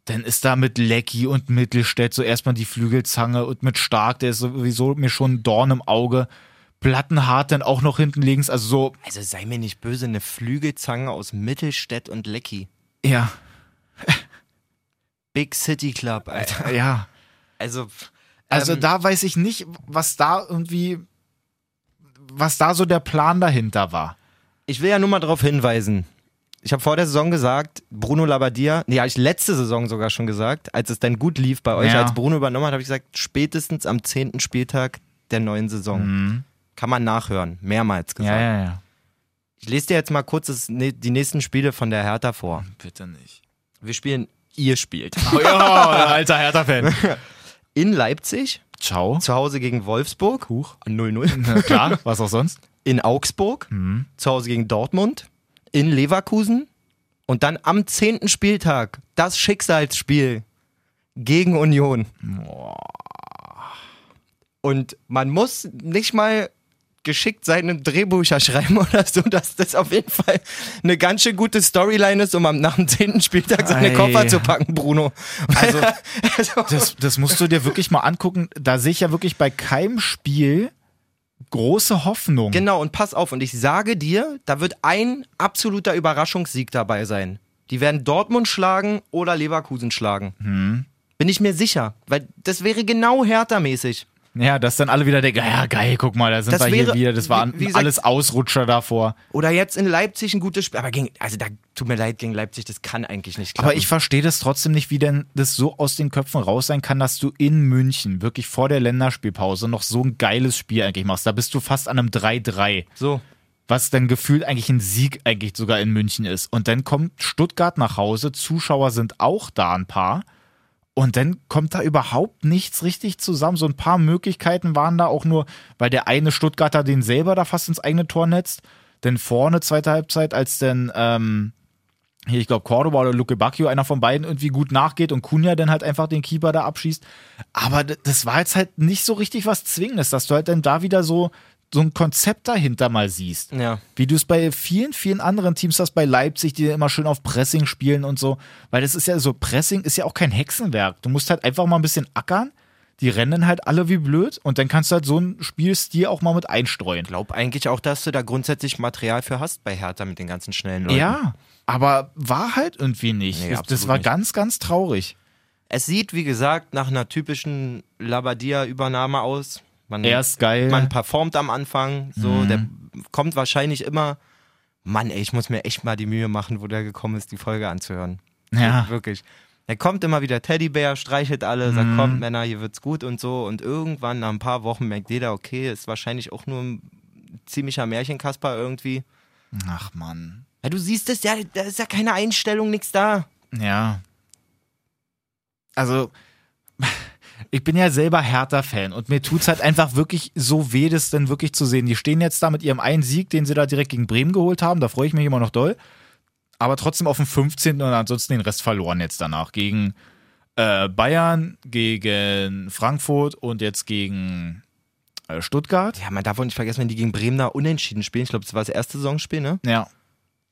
Dann ist da mit Lecky und Mittelstädt so erstmal die Flügelzange und mit Stark, der ist sowieso mir schon ein Dorn im Auge. Plattenhart dann auch noch hinten links, also so,
Also sei mir nicht böse, eine Flügelzange aus Mittelstädt und Lecky.
ja,
Big City Club, Alter.
ja.
[laughs] Also,
Äh, Also
ähm,
da weiß ich nicht, was da irgendwie, was da so der Plan dahinter war.
ich will ja nur mal darauf hinweisen. Ich habe vor der Saison gesagt, Bruno Labbadia, nee, habe ich letzte Saison sogar schon gesagt, als es dann gut lief bei euch,
Ja.
als Bruno übernommen hat, habe ich gesagt, spätestens am 10. Spieltag der neuen Saison. Kann man nachhören, mehrmals gesagt.
Mhm. ja, ja.
Ich lese dir jetzt mal kurz das, ne- die nächsten Spiele von der Hertha vor.
Bitte nicht. [laughs]
Wir spielen, ihr spielt.
Oh ja, alter Hertha-Fan.
In Leipzig,
[laughs] Ciao.
zu Hause gegen Wolfsburg,
[laughs]
0-0.
Na klar, was auch sonst.
In Augsburg, zu Hause gegen Dortmund, in Leverkusen und dann am 10. Spieltag das Schicksalsspiel gegen Union. Und man muss nicht mal geschickt sein, einen Drehbücher schreiben [laughs] oder so, dass das auf jeden Fall eine ganz schön gute Storyline ist, um am, nach dem 10. Spieltag seine
Ei.
Koffer zu packen, Bruno. [laughs] Also,
Das, das musst du dir wirklich mal angucken. Da sehe ich ja wirklich bei keinem Spiel große Hoffnung.
Genau, und pass auf, und ich sage dir, da wird ein absoluter Überraschungssieg dabei sein. Die werden Dortmund schlagen oder Leverkusen schlagen.
Hm.
Bin ich mir sicher, weil das wäre genau Hertha-mäßig.
Ja, dass dann alle wieder denken, ja geil, guck mal, da sind
Das
wir
wäre-
hier wieder. Das waren
wie- wie gesagt-
alles Ausrutscher davor.
Oder jetzt in Leipzig ein gutes Spiel. Aber gegen, also da tut mir leid, gegen Leipzig, das kann eigentlich nicht klappen.
Aber ich verstehe das trotzdem nicht, wie denn das so aus den Köpfen raus sein kann, dass du in München wirklich vor der Länderspielpause noch so ein geiles Spiel eigentlich machst. Da bist du fast an einem 3-3,
so.
was dann gefühlt eigentlich ein Sieg eigentlich sogar in München ist. Und dann kommt Stuttgart nach Hause, Zuschauer sind auch da ein paar. Und dann kommt da überhaupt nichts richtig zusammen. So ein paar Möglichkeiten waren da auch nur, weil der eine Stuttgarter den selber da fast ins eigene Tor netzt. Denn vorne, zweite Halbzeit, als dann, ähm, hier, ich glaube, Cordoba oder Luke Bacchio, einer von beiden, irgendwie gut nachgeht und Kunja dann halt einfach den Keeper da abschießt. Aber d- das war jetzt halt nicht so richtig was Zwingendes, dass du halt dann da wieder so, so ein Konzept dahinter mal siehst.
Ja.
Wie du es bei vielen, vielen anderen Teams hast, bei Leipzig, die immer schön auf Pressing spielen und so. Weil das ist ja so, Pressing ist ja auch kein Hexenwerk. Du musst halt einfach mal ein bisschen ackern. Die rennen halt alle wie blöd und dann kannst du halt so einen Spielstil auch mal mit einstreuen.
Glaub eigentlich auch, dass du da grundsätzlich Material für hast bei Hertha mit den ganzen schnellen Leuten.
Ja, aber war halt irgendwie nicht.
Nee,
das, das
absolut
war
nicht.
ganz, ganz traurig.
Es sieht, wie gesagt, nach einer typischen Labadia-Übernahme aus. Man
Er ist geil.
Man performt am Anfang, so, der kommt wahrscheinlich immer. Mann, ey, ich muss mir echt mal die Mühe machen, wo der gekommen ist, die Folge anzuhören.
ja.
Wirklich. Der kommt immer wieder Teddybär, streichelt alle, sagt, kommt Männer, hier wird's gut und so. Und irgendwann, nach ein paar Wochen, merkt jeder, okay, ist wahrscheinlich auch nur ein ziemlicher Märchenkasper irgendwie.
Ach Mann.
Ja, du siehst es, ja, da ist ja keine Einstellung, nix da.
Ja. Also, [laughs] ich bin ja selber Hertha-Fan und mir tut's halt einfach wirklich so weh, das denn wirklich zu sehen. Die stehen jetzt da mit ihrem einen Sieg, den sie da direkt gegen Bremen geholt haben. Da freue ich mich immer noch doll. Aber trotzdem auf dem 15. und ansonsten den Rest verloren jetzt danach. Gegen äh, Bayern, gegen Frankfurt und jetzt gegen äh, Stuttgart.
Ja, man darf auch nicht vergessen, wenn die gegen Bremen da unentschieden spielen, ich glaube, das war das erste Saisonspiel, ne?
Ja.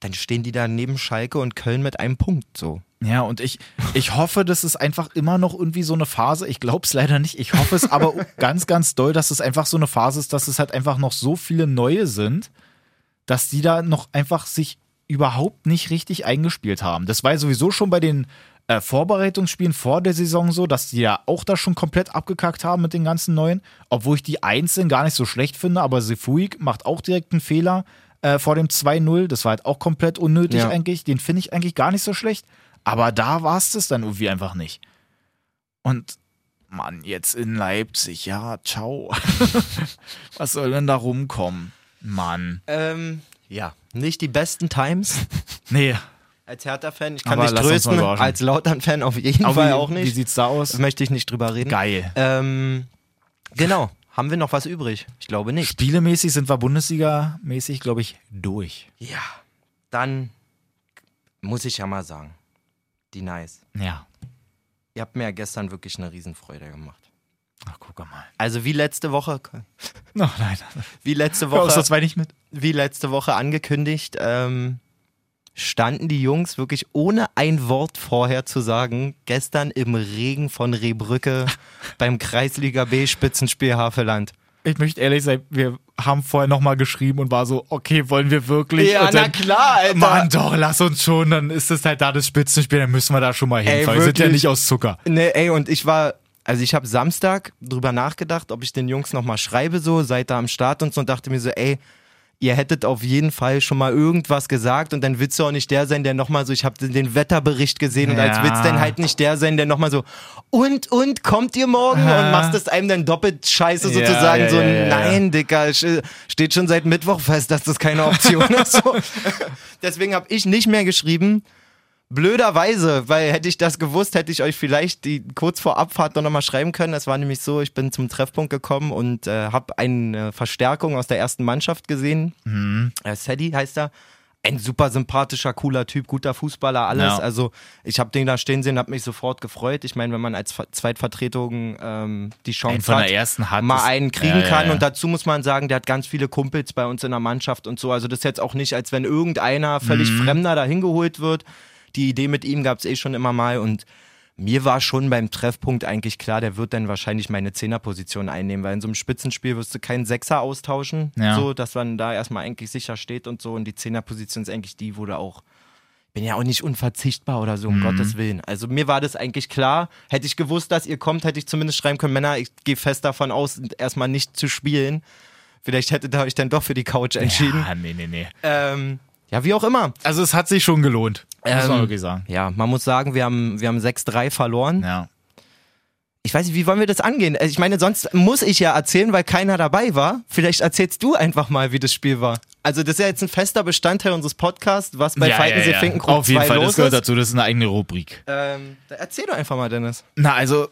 Dann stehen die da neben Schalke und Köln mit einem Punkt, so.
Ja, und ich, ich hoffe, das ist einfach immer noch irgendwie so eine Phase. Ich glaube es leider nicht. Ich hoffe es aber ganz, ganz doll, dass es einfach so eine Phase ist, dass es halt einfach noch so viele neue sind, dass die da noch einfach sich überhaupt nicht richtig eingespielt haben. Das war ja sowieso schon bei den äh, Vorbereitungsspielen vor der Saison so, dass die ja auch da schon komplett abgekackt haben mit den ganzen neuen, obwohl ich die einzeln gar nicht so schlecht finde, aber Sefuig macht auch direkt einen Fehler äh, vor dem 2-0. Das war halt auch komplett unnötig
Ja.
eigentlich. Den finde ich eigentlich gar nicht so schlecht. Aber da war es das dann irgendwie einfach nicht. Und Mann, jetzt in Leipzig, ja, ciao. [laughs] Was soll denn da rumkommen? Mann.
Ähm, ja, nicht die besten Times.
Nee,
[laughs] Als Hertha-Fan, ich kann
Aber
dich
lass uns
trösten.
mal überraschen.
Als Lautern-Fan auf jeden
aber
Fall
wie,
auch
Wie
nicht.
sieht's da
Das
aus?
möchte ich nicht drüber reden.
Geil.
Ähm, genau. Haben wir noch was übrig? Ich glaube nicht.
Spielemäßig sind wir Bundesliga-mäßig, glaube ich, durch.
Ja. Dann muss ich ja mal sagen, die Nice.
Ja.
Ihr habt mir ja gestern wirklich eine Riesenfreude gemacht.
Ach, guck mal.
Also wie letzte Woche,
No, nein.
wie letzte
Kommst du
Woche,
zwei nicht mit?
wie letzte Woche angekündigt, ähm, standen die Jungs wirklich ohne ein Wort vorher zu sagen, gestern im Regen von [laughs] Rehbrücke beim Kreisliga B Spitzenspiel Haveland.
Ich möchte ehrlich sein, wir haben vorher nochmal geschrieben und war so, okay, wollen wir wirklich?
Ja,
und
na klar, Alter.
Mann, doch, lass uns schon, dann ist es halt da das Spitzenspiel, dann müssen wir da schon mal hin,
Ey,
weil wir sind ja
wirklich.
nicht aus Zucker.
Nee, ey, und ich war, also ich habe Samstag drüber nachgedacht, ob ich den Jungs nochmal schreibe, so, seid da am Start und so, und dachte mir so, ey, ihr hättet auf jeden Fall schon mal irgendwas gesagt und dann willst du auch nicht der sein, der nochmal so, ich habe den Wetterbericht gesehen und als
Ja.
willst dann halt nicht der sein, der nochmal so, und, und, kommt ihr morgen und machst es einem dann doppelt scheiße
Ja,
sozusagen,
ja,
so,
ja, ja, ja.
nein, Dicker, sch- steht schon seit Mittwoch fest, dass das
[laughs]
keine Option ist, so. Deswegen habe ich nicht mehr geschrieben, Blöderweise, weil hätte ich das gewusst, hätte ich euch vielleicht die, kurz vor Abfahrt noch nochmal schreiben können. Das war nämlich so, ich bin zum Treffpunkt gekommen und äh, habe eine Verstärkung aus der ersten Mannschaft gesehen.
Mhm.
Äh, Sadie heißt er. Ein super sympathischer, cooler Typ, guter Fußballer, alles.
Ja.
Also ich habe den da stehen sehen, habe mich sofort gefreut. Ich meine, wenn man als Ver Zweitvertretung ähm, die
Einen
Chance
von der
hat,
ersten hat.
mal
ist-
einen kriegen
Ja, ja,
kann.
ja.
Und dazu muss man sagen, der hat ganz viele Kumpels bei uns in der Mannschaft und so. Also das ist jetzt auch nicht, als wenn irgendeiner völlig
Mhm.
Fremder da hingeholt wird. Die Idee mit ihm gab es eh schon immer mal und mir war schon beim Treffpunkt eigentlich klar, der wird dann wahrscheinlich meine Zehnerposition einnehmen, weil in so einem Spitzenspiel wirst du keinen Sechser austauschen,
Ja.
so dass man da erstmal eigentlich sicher steht und so. Und die Zehnerposition ist eigentlich die, wo du auch bin ja auch nicht unverzichtbar oder
Mhm.
so, um Gottes Willen. Also mir war das eigentlich klar. Hätte ich gewusst, dass ihr kommt, hätte ich zumindest schreiben können, Männer, ich gehe fest davon aus, erstmal nicht zu spielen. Vielleicht hättet ihr euch dann doch für die Couch entschieden.
Ah, nee, nee, nee.
Ja, ähm, ja wie auch immer.
Also es hat sich schon gelohnt, muss man
Ähm,
wirklich sagen.
Ja, man muss sagen, wir haben, wir haben 6-3 verloren.
Ja.
Ich weiß nicht, wie wollen wir das angehen? Also Ich meine, sonst muss ich ja erzählen, weil keiner dabei war. Vielleicht erzählst du einfach mal, wie das Spiel war. Also das ist ja jetzt ein fester Bestandteil unseres Podcasts, was bei
ja,
Falkensee
ja, ja.
Finkenkrug
Auf jeden
2
Fall, das
los
gehört
ist.
dazu, das ist eine eigene Rubrik.
Ähm, erzähl doch einfach mal, Dennis.
Na, also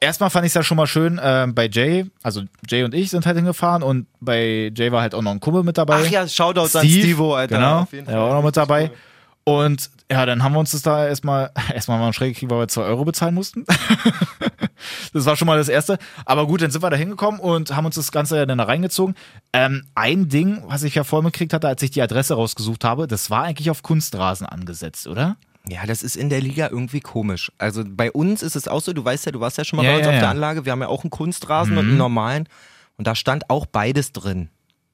erstmal fand ich es ja schon mal schön ähm, bei Jay. Also Jay und ich sind halt hingefahren und bei Jay war halt auch noch ein Kumpel mit dabei.
Ach ja, Shoutouts an
Steve,
Stevo, Alter.
Genau,
Auf jeden
der war auch
Fall.
noch mit dabei. Und ja, dann haben wir uns das da erstmal, [laughs] erstmal mal einen Schräg gekriegt, weil wir 2 Euro bezahlen mussten. [laughs] das war schon mal das Erste. Aber gut, dann sind wir da hingekommen und haben uns das Ganze ja dann da reingezogen. Ähm, ein Ding, was ich ja vorhin mitgekriegt hatte, als ich die Adresse rausgesucht habe, das war eigentlich auf Kunstrasen angesetzt, oder?
Ja, das ist in der Liga irgendwie komisch. Also bei uns ist es auch so, du weißt ja, du warst ja schon mal
Ja,
bei uns
ja,
auf
ja. Mhm.
der Anlage, wir haben ja auch einen Kunstrasen und einen normalen und da stand auch beides drin.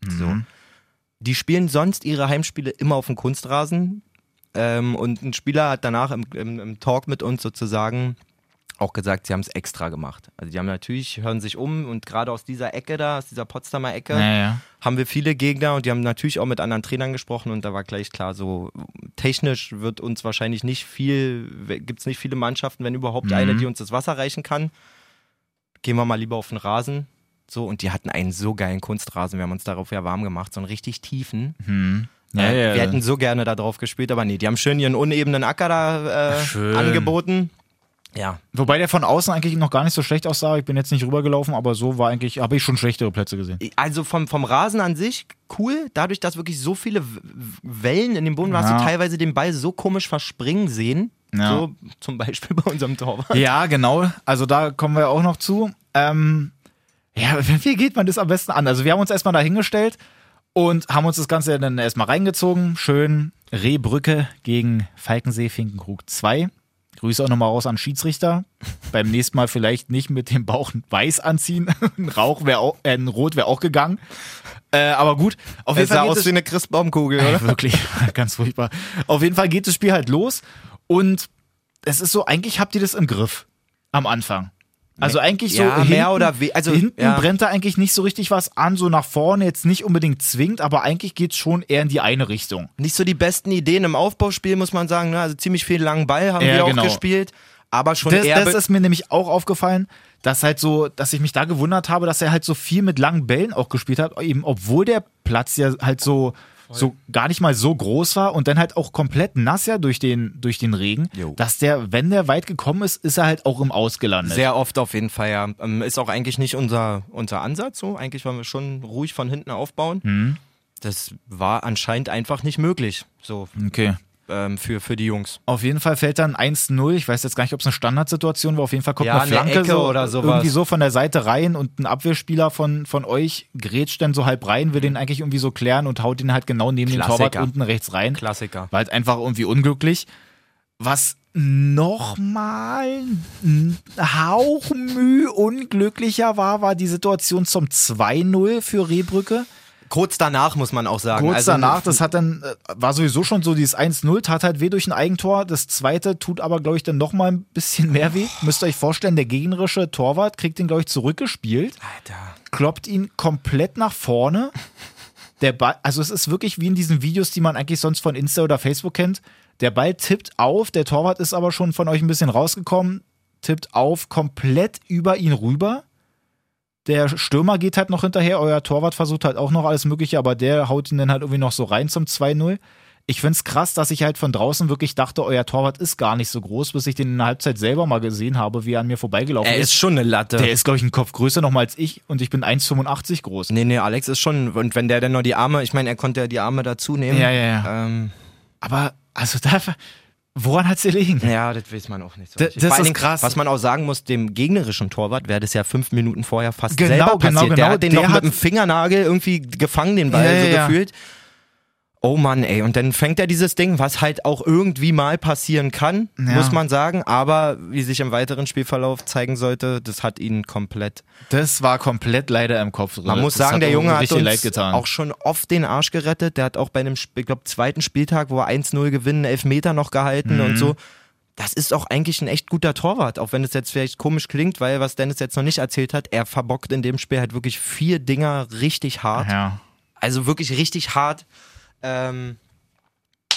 Mhm.
So. Die spielen sonst ihre Heimspiele immer auf dem Kunstrasen ähm, und ein Spieler hat danach im, im, im Talk mit uns sozusagen auch gesagt, sie haben es extra gemacht. Also die haben natürlich, hören sich um und gerade aus dieser Ecke da, aus dieser Potsdamer Ecke,
Naja.
haben wir viele Gegner und die haben natürlich auch mit anderen Trainern gesprochen und da war gleich klar, so technisch wird uns wahrscheinlich nicht viel, gibt es nicht viele Mannschaften, wenn überhaupt
Mhm.
eine, die uns das Wasser reichen kann. Gehen wir mal lieber auf den Rasen. So, und die hatten einen so geilen Kunstrasen, wir haben uns darauf ja warm gemacht, so einen richtig tiefen.
Hm. Ja,
Äh,
ja,
Wir
ja.
hätten so gerne da drauf gespielt, aber nee, die haben schön ihren unebenen Acker da äh,
Schön.
angeboten. Ja,
Wobei der von außen eigentlich noch gar nicht so schlecht aussah. Ich bin jetzt nicht rübergelaufen, aber so war eigentlich, habe ich schon schlechtere Plätze gesehen.
also vom, vom Rasen an sich cool, dadurch, dass wirklich so viele W- W- Wellen in dem Boden waren, hast du
Ja.
teilweise den Ball so komisch verspringen sehen.
Ja.
So zum Beispiel [laughs] bei unserem Torwart.
Ja, genau. Also da kommen wir auch noch zu. Ähm, ja, [laughs] wie geht man das am besten an? Also wir haben uns erstmal dahingestellt und haben uns das Ganze dann erstmal reingezogen. Schön Rehbrücke gegen Falkensee Finkenkrug 2. Grüße auch nochmal raus an Schiedsrichter. [laughs] Beim nächsten Mal vielleicht nicht mit dem Bauch weiß anziehen. [laughs] ein Rauch wäre auch, äh, ein Rot wäre auch gegangen. Äh, aber gut, auf jeden
Es
Fall.
sah
geht
aus
es-
wie eine Christbaumkugel, oder?
ja, wirklich, [laughs] ganz furchtbar. Auf jeden Fall geht das Spiel halt los und es ist so, eigentlich habt ihr das im Griff am Anfang. Also eigentlich so
ja,
hinten,
mehr oder we- also,
hinten
ja.
brennt da eigentlich nicht so richtig was an, so nach vorne jetzt nicht unbedingt zwingt, aber eigentlich geht's schon eher in die eine Richtung.
Nicht so die besten Ideen im Aufbauspiel, muss man sagen. Ne? Also ziemlich viel langen Ball haben
Ja,
wir
genau.
auch gespielt. Aber schon
Das,
eher.
das
be-
ist mir nämlich auch aufgefallen, dass halt so, dass ich mich da gewundert habe, dass er halt so viel mit langen Bällen auch gespielt hat, eben obwohl der Platz ja halt so, so gar nicht mal so groß war und dann halt auch komplett nass ja durch den, durch den Regen,
Jo.
dass der, wenn der weit gekommen ist, ist er halt auch im Aus gelandet.
sehr oft auf jeden Fall, ja. Ähm, Ist auch eigentlich nicht unser, unser Ansatz so. Eigentlich wollen wir schon ruhig
Mhm.
von hinten aufbauen. Das war anscheinend einfach nicht möglich. So,
okay.
ähm, für, für die Jungs.
Auf jeden Fall fällt dann 1-0. Ich weiß jetzt gar nicht, ob es eine Standardsituation war. Auf jeden Fall kommt
Ja,
eine
eine
Flanke
Ecke
so, äh,
oder sowas.
irgendwie so von der Seite rein und ein Abwehrspieler von, von euch grätscht dann so halb rein, will den eigentlich irgendwie so klären und haut den halt genau neben
Mhm. Klassiker.
den Torwart unten rechts rein.
Klassiker.
War halt einfach irgendwie unglücklich. Was nochmal ein Hauch Mühe unglücklicher war, war die Situation zum 2-0 für Rehbrücke.
Kurz danach muss man auch sagen.
Kurz
Also,
danach, das hat dann, äh, war sowieso schon so dieses 1-0, tat halt weh durch ein Eigentor. Das zweite tut aber, glaube ich, dann nochmal ein bisschen mehr weh. Müsst ihr euch vorstellen, der gegnerische Torwart kriegt den, glaube ich, zurückgespielt,
Alter.
kloppt ihn komplett nach vorne. Der Ball, also es ist wirklich wie in diesen Videos, die man eigentlich sonst von Insta oder Facebook kennt. Der Ball tippt auf, der Torwart ist aber schon von euch ein bisschen rausgekommen, tippt auf, komplett über ihn rüber. Der Stürmer geht halt noch hinterher, euer Torwart versucht halt auch noch alles Mögliche, aber der haut ihn dann halt irgendwie noch so rein zum 2-0. Ich find's krass, dass ich halt von draußen wirklich dachte, euer Torwart ist gar nicht so groß, bis ich den in der Halbzeit selber mal gesehen habe, wie er an mir vorbeigelaufen
Er
ist.
ist schon eine Latte.
Der ist, glaube ich, einen Kopf größer nochmal als ich und ich bin 1,85 groß.
nee, nee, Alex ist schon. Und wenn der dann noch die Arme, ich meine, er konnte ja die Arme dazu nehmen.
Ja, ja, ja.
Ähm,
Aber, also da, woran hat's gelegen?
ja, das weiß man auch nicht so.
D-
richtig.
das
Vor allen
ist
Dingen,
krass.
Was man auch sagen muss, dem gegnerischen Torwart wäre das ja fünf Minuten vorher fast
Genau,
selber passiert.
genau,
Der
genau.
hat den
Der
noch
hat-
mit dem Fingernagel irgendwie gefangen, den Ball
Ja,
so
ja, ja.
gefühlt. Oh Mann, ey. Und dann fängt er dieses Ding, was halt auch irgendwie mal passieren kann,
Ja.
muss man sagen. Aber wie sich im weiteren Spielverlauf zeigen sollte, das hat ihn komplett
Das war komplett leider im Kopf drin.
Man muss sagen, der Junge hat
richtig
uns
leid getan.
auch schon oft den Arsch gerettet. Der hat auch bei einem, Sp- ich glaube, zweiten Spieltag, wo wir 1-0 gewinnen, Elfmeter noch gehalten
Mhm.
und so. Das ist auch eigentlich ein echt guter Torwart, auch wenn es jetzt vielleicht komisch klingt, weil was Dennis jetzt noch nicht erzählt hat, er verbockt in dem Spiel halt wirklich vier Dinger richtig hart.
ja.
Also wirklich richtig hart. Ähm,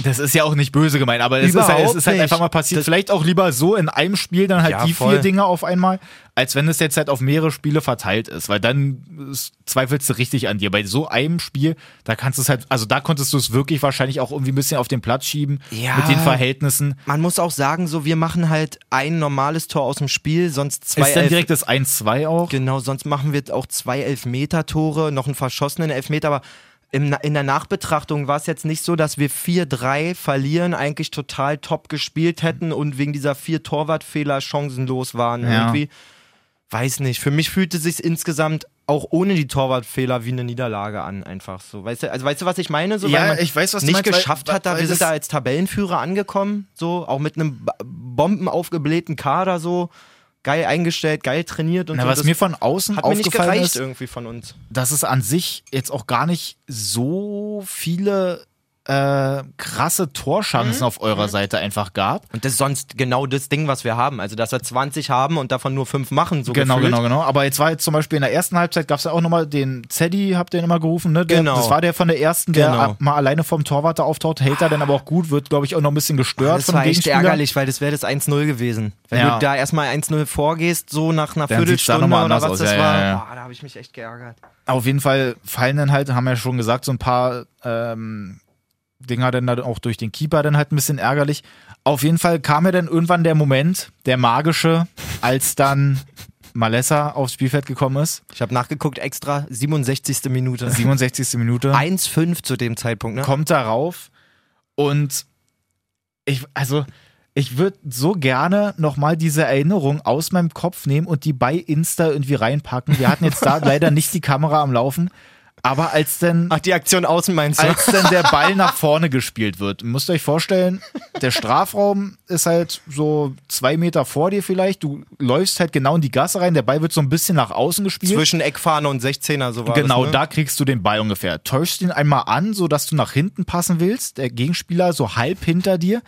Das ist ja auch nicht böse gemeint, aber es ist,
Überhaupt
halt, es ist halt
nicht.
einfach mal passiert. Vielleicht auch lieber so in einem Spiel dann halt
Ja,
die
voll.
vier Dinge auf einmal, als wenn es jetzt halt auf mehrere Spiele verteilt ist, weil dann ist- zweifelst du richtig an dir. Bei so einem Spiel, da kannst du es halt, also da konntest du es wirklich wahrscheinlich auch irgendwie ein bisschen auf den Platz schieben
Ja.
mit den Verhältnissen.
man muss auch sagen, so wir machen halt ein normales Tor aus dem Spiel, sonst zwei
Ist dann
Elf-
direkt das 1-2 auch?
Genau, sonst machen wir auch zwei Elfmeter-Tore, noch einen verschossenen Elfmeter, aber im, Na- in der Nachbetrachtung war es jetzt nicht so, dass wir 4-3 verlieren, eigentlich total top gespielt hätten und wegen dieser vier Torwartfehler chancenlos waren
Ja.
irgendwie. Weiß nicht, für mich fühlte sich insgesamt auch ohne die Torwartfehler wie eine Niederlage an, einfach so. Weißt du, also weißt du, was ich meine? So,
Ja,
weil man
ich weiß, was du
nicht
meinst, weil-
geschafft hat, da
weil
wir sind
das-
da als Tabellenführer angekommen, so auch mit einem b- bombenaufgeblähten Kader so. Geil eingestellt, geil trainiert und
Na,
so.
was
das-
mir von außen
hat mir nicht
aufgefallen
gereicht
ist,
irgendwie von uns.
dass es an sich jetzt auch gar nicht so viele äh, krasse
Mhm.
Torchancen auf eurer Seite einfach gab.
Und das ist sonst genau das Ding, was wir haben. Also, dass wir 20 haben und davon nur 5 machen, so
Genau,
gefühlt.
genau, genau. Aber jetzt war jetzt zum Beispiel in der ersten Halbzeit gab es ja auch nochmal den Zeddy, habt ihr ihn immer gerufen, ne? Der,
Genau.
Das war der von der ersten, der
Genau.
ab- mal alleine vom Torwart da auftaucht, hält er dann aber auch gut, wird, glaube ich, auch noch ein bisschen gestört
Das
von dem
war echt
Gegenspieler.
ärgerlich, weil das wäre das 1-0 gewesen. Wenn
Ja.
du da erstmal 1-0 vorgehst, so nach
Dann sieht's
einer
da
Viertelstunde
nochmal
oder was
anders aus.
das
Ja,
war,
ja, ja.
Boah, da habe ich mich echt geärgert.
Auf jeden Fall fallen dann halt, haben wir ja schon gesagt, so ein paar ähm, Dinger dann da auch durch den Keeper dann halt ein bisschen ärgerlich. Auf jeden Fall kam ja dann irgendwann der Moment, der magische, als dann Malessa aufs Spielfeld gekommen ist.
Ich habe nachgeguckt, extra 67. Minute.
67. Minute.
1-5 zu dem Zeitpunkt, ne?
kommt darauf und ich, also ich würde so gerne nochmal diese Erinnerung aus meinem Kopf nehmen und die bei Insta irgendwie reinpacken. Wir hatten jetzt da leider nicht die Kamera am Laufen, aber als dann
Ach, die Aktion außen meinst du?
als dann der Ball nach vorne gespielt wird. Müsst ihr euch vorstellen, der Strafraum ist halt so zwei Meter vor dir vielleicht. Du läufst halt genau in die Gasse rein. Der Ball wird so ein bisschen nach außen gespielt.
Zwischen Eckfahne und 16er, so war
Genau,
das, ne?
da kriegst du den Ball ungefähr. Täuschst ihn einmal an, sodass du nach hinten passen willst. Der Gegenspieler so halb hinter dir.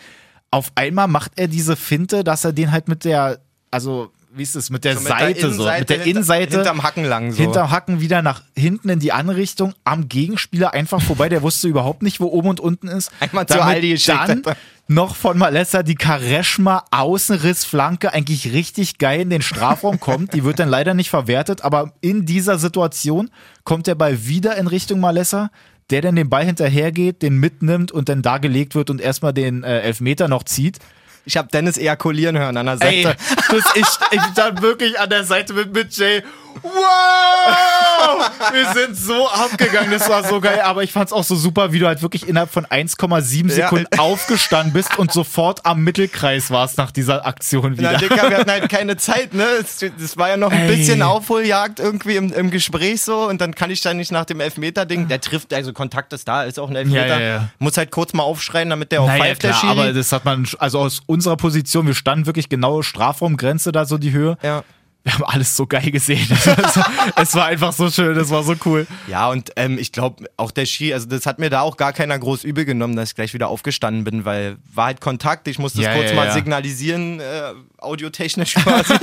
Auf einmal macht er diese Finte, dass er den halt mit der, also, wie ist es, mit der
So mit der
Seite so,
Innenseite
mit der
hinter-
Innenseite.
Hinterm Hacken lang so.
Hinterm Hacken wieder nach hinten in die andere Richtung, am Gegenspieler einfach vorbei. Der wusste überhaupt nicht, wo oben und unten ist.
Einmal zu
Damit
Aldi geschickt
Dann
hat er.
noch von Malessa die Kareschma Außenrissflanke eigentlich richtig geil in den Strafraum kommt. Die wird dann leider nicht verwertet, aber in dieser Situation kommt der Ball wieder in Richtung Malessa. Der dann den Ball hinterhergeht, den mitnimmt und dann da gelegt wird und erstmal den äh, Elfmeter noch zieht.
Ich habe Dennis ejakulieren hören an der Seite.
Ey, das ich, ich stand wirklich an der Seite mit, mit Jay. Wow! [laughs] Wir sind so abgegangen, das war so geil. Aber ich fand's auch so super, wie du halt wirklich innerhalb von 1,7
Ja.
Sekunden aufgestanden bist und sofort am Mittelkreis warst nach dieser Aktion
Na,
wieder.
Dicker, wir hatten halt keine Zeit, ne? Es, das war ja noch ein
Ey.
bisschen Aufholjagd irgendwie im, im Gespräch so und dann kann ich da nicht nach dem Elfmeter-Ding, der trifft, also Kontakt ist da, ist auch ein Elfmeter.
Ja, ja, ja.
Muss halt kurz mal aufschreien, damit der
[laughs]
auch
Naja,
pfeift,
klar,
der Schiri.
aber das hat man, sch- also aus unserer Position, wir standen wirklich genaue Strafraumgrenze da so die Höhe.
ja.
Wir haben alles so geil gesehen. [laughs] Es war- es war einfach so schön, das war so cool.
ja, und ähm, ich glaube, auch der Schiri, also das hat mir da auch gar keiner groß übel genommen, dass ich gleich wieder aufgestanden bin, weil war halt Kontakt, ich musste
Ja,
es kurz
ja,
mal
ja.
signalisieren, äh, audiotechnisch [laughs] quasi.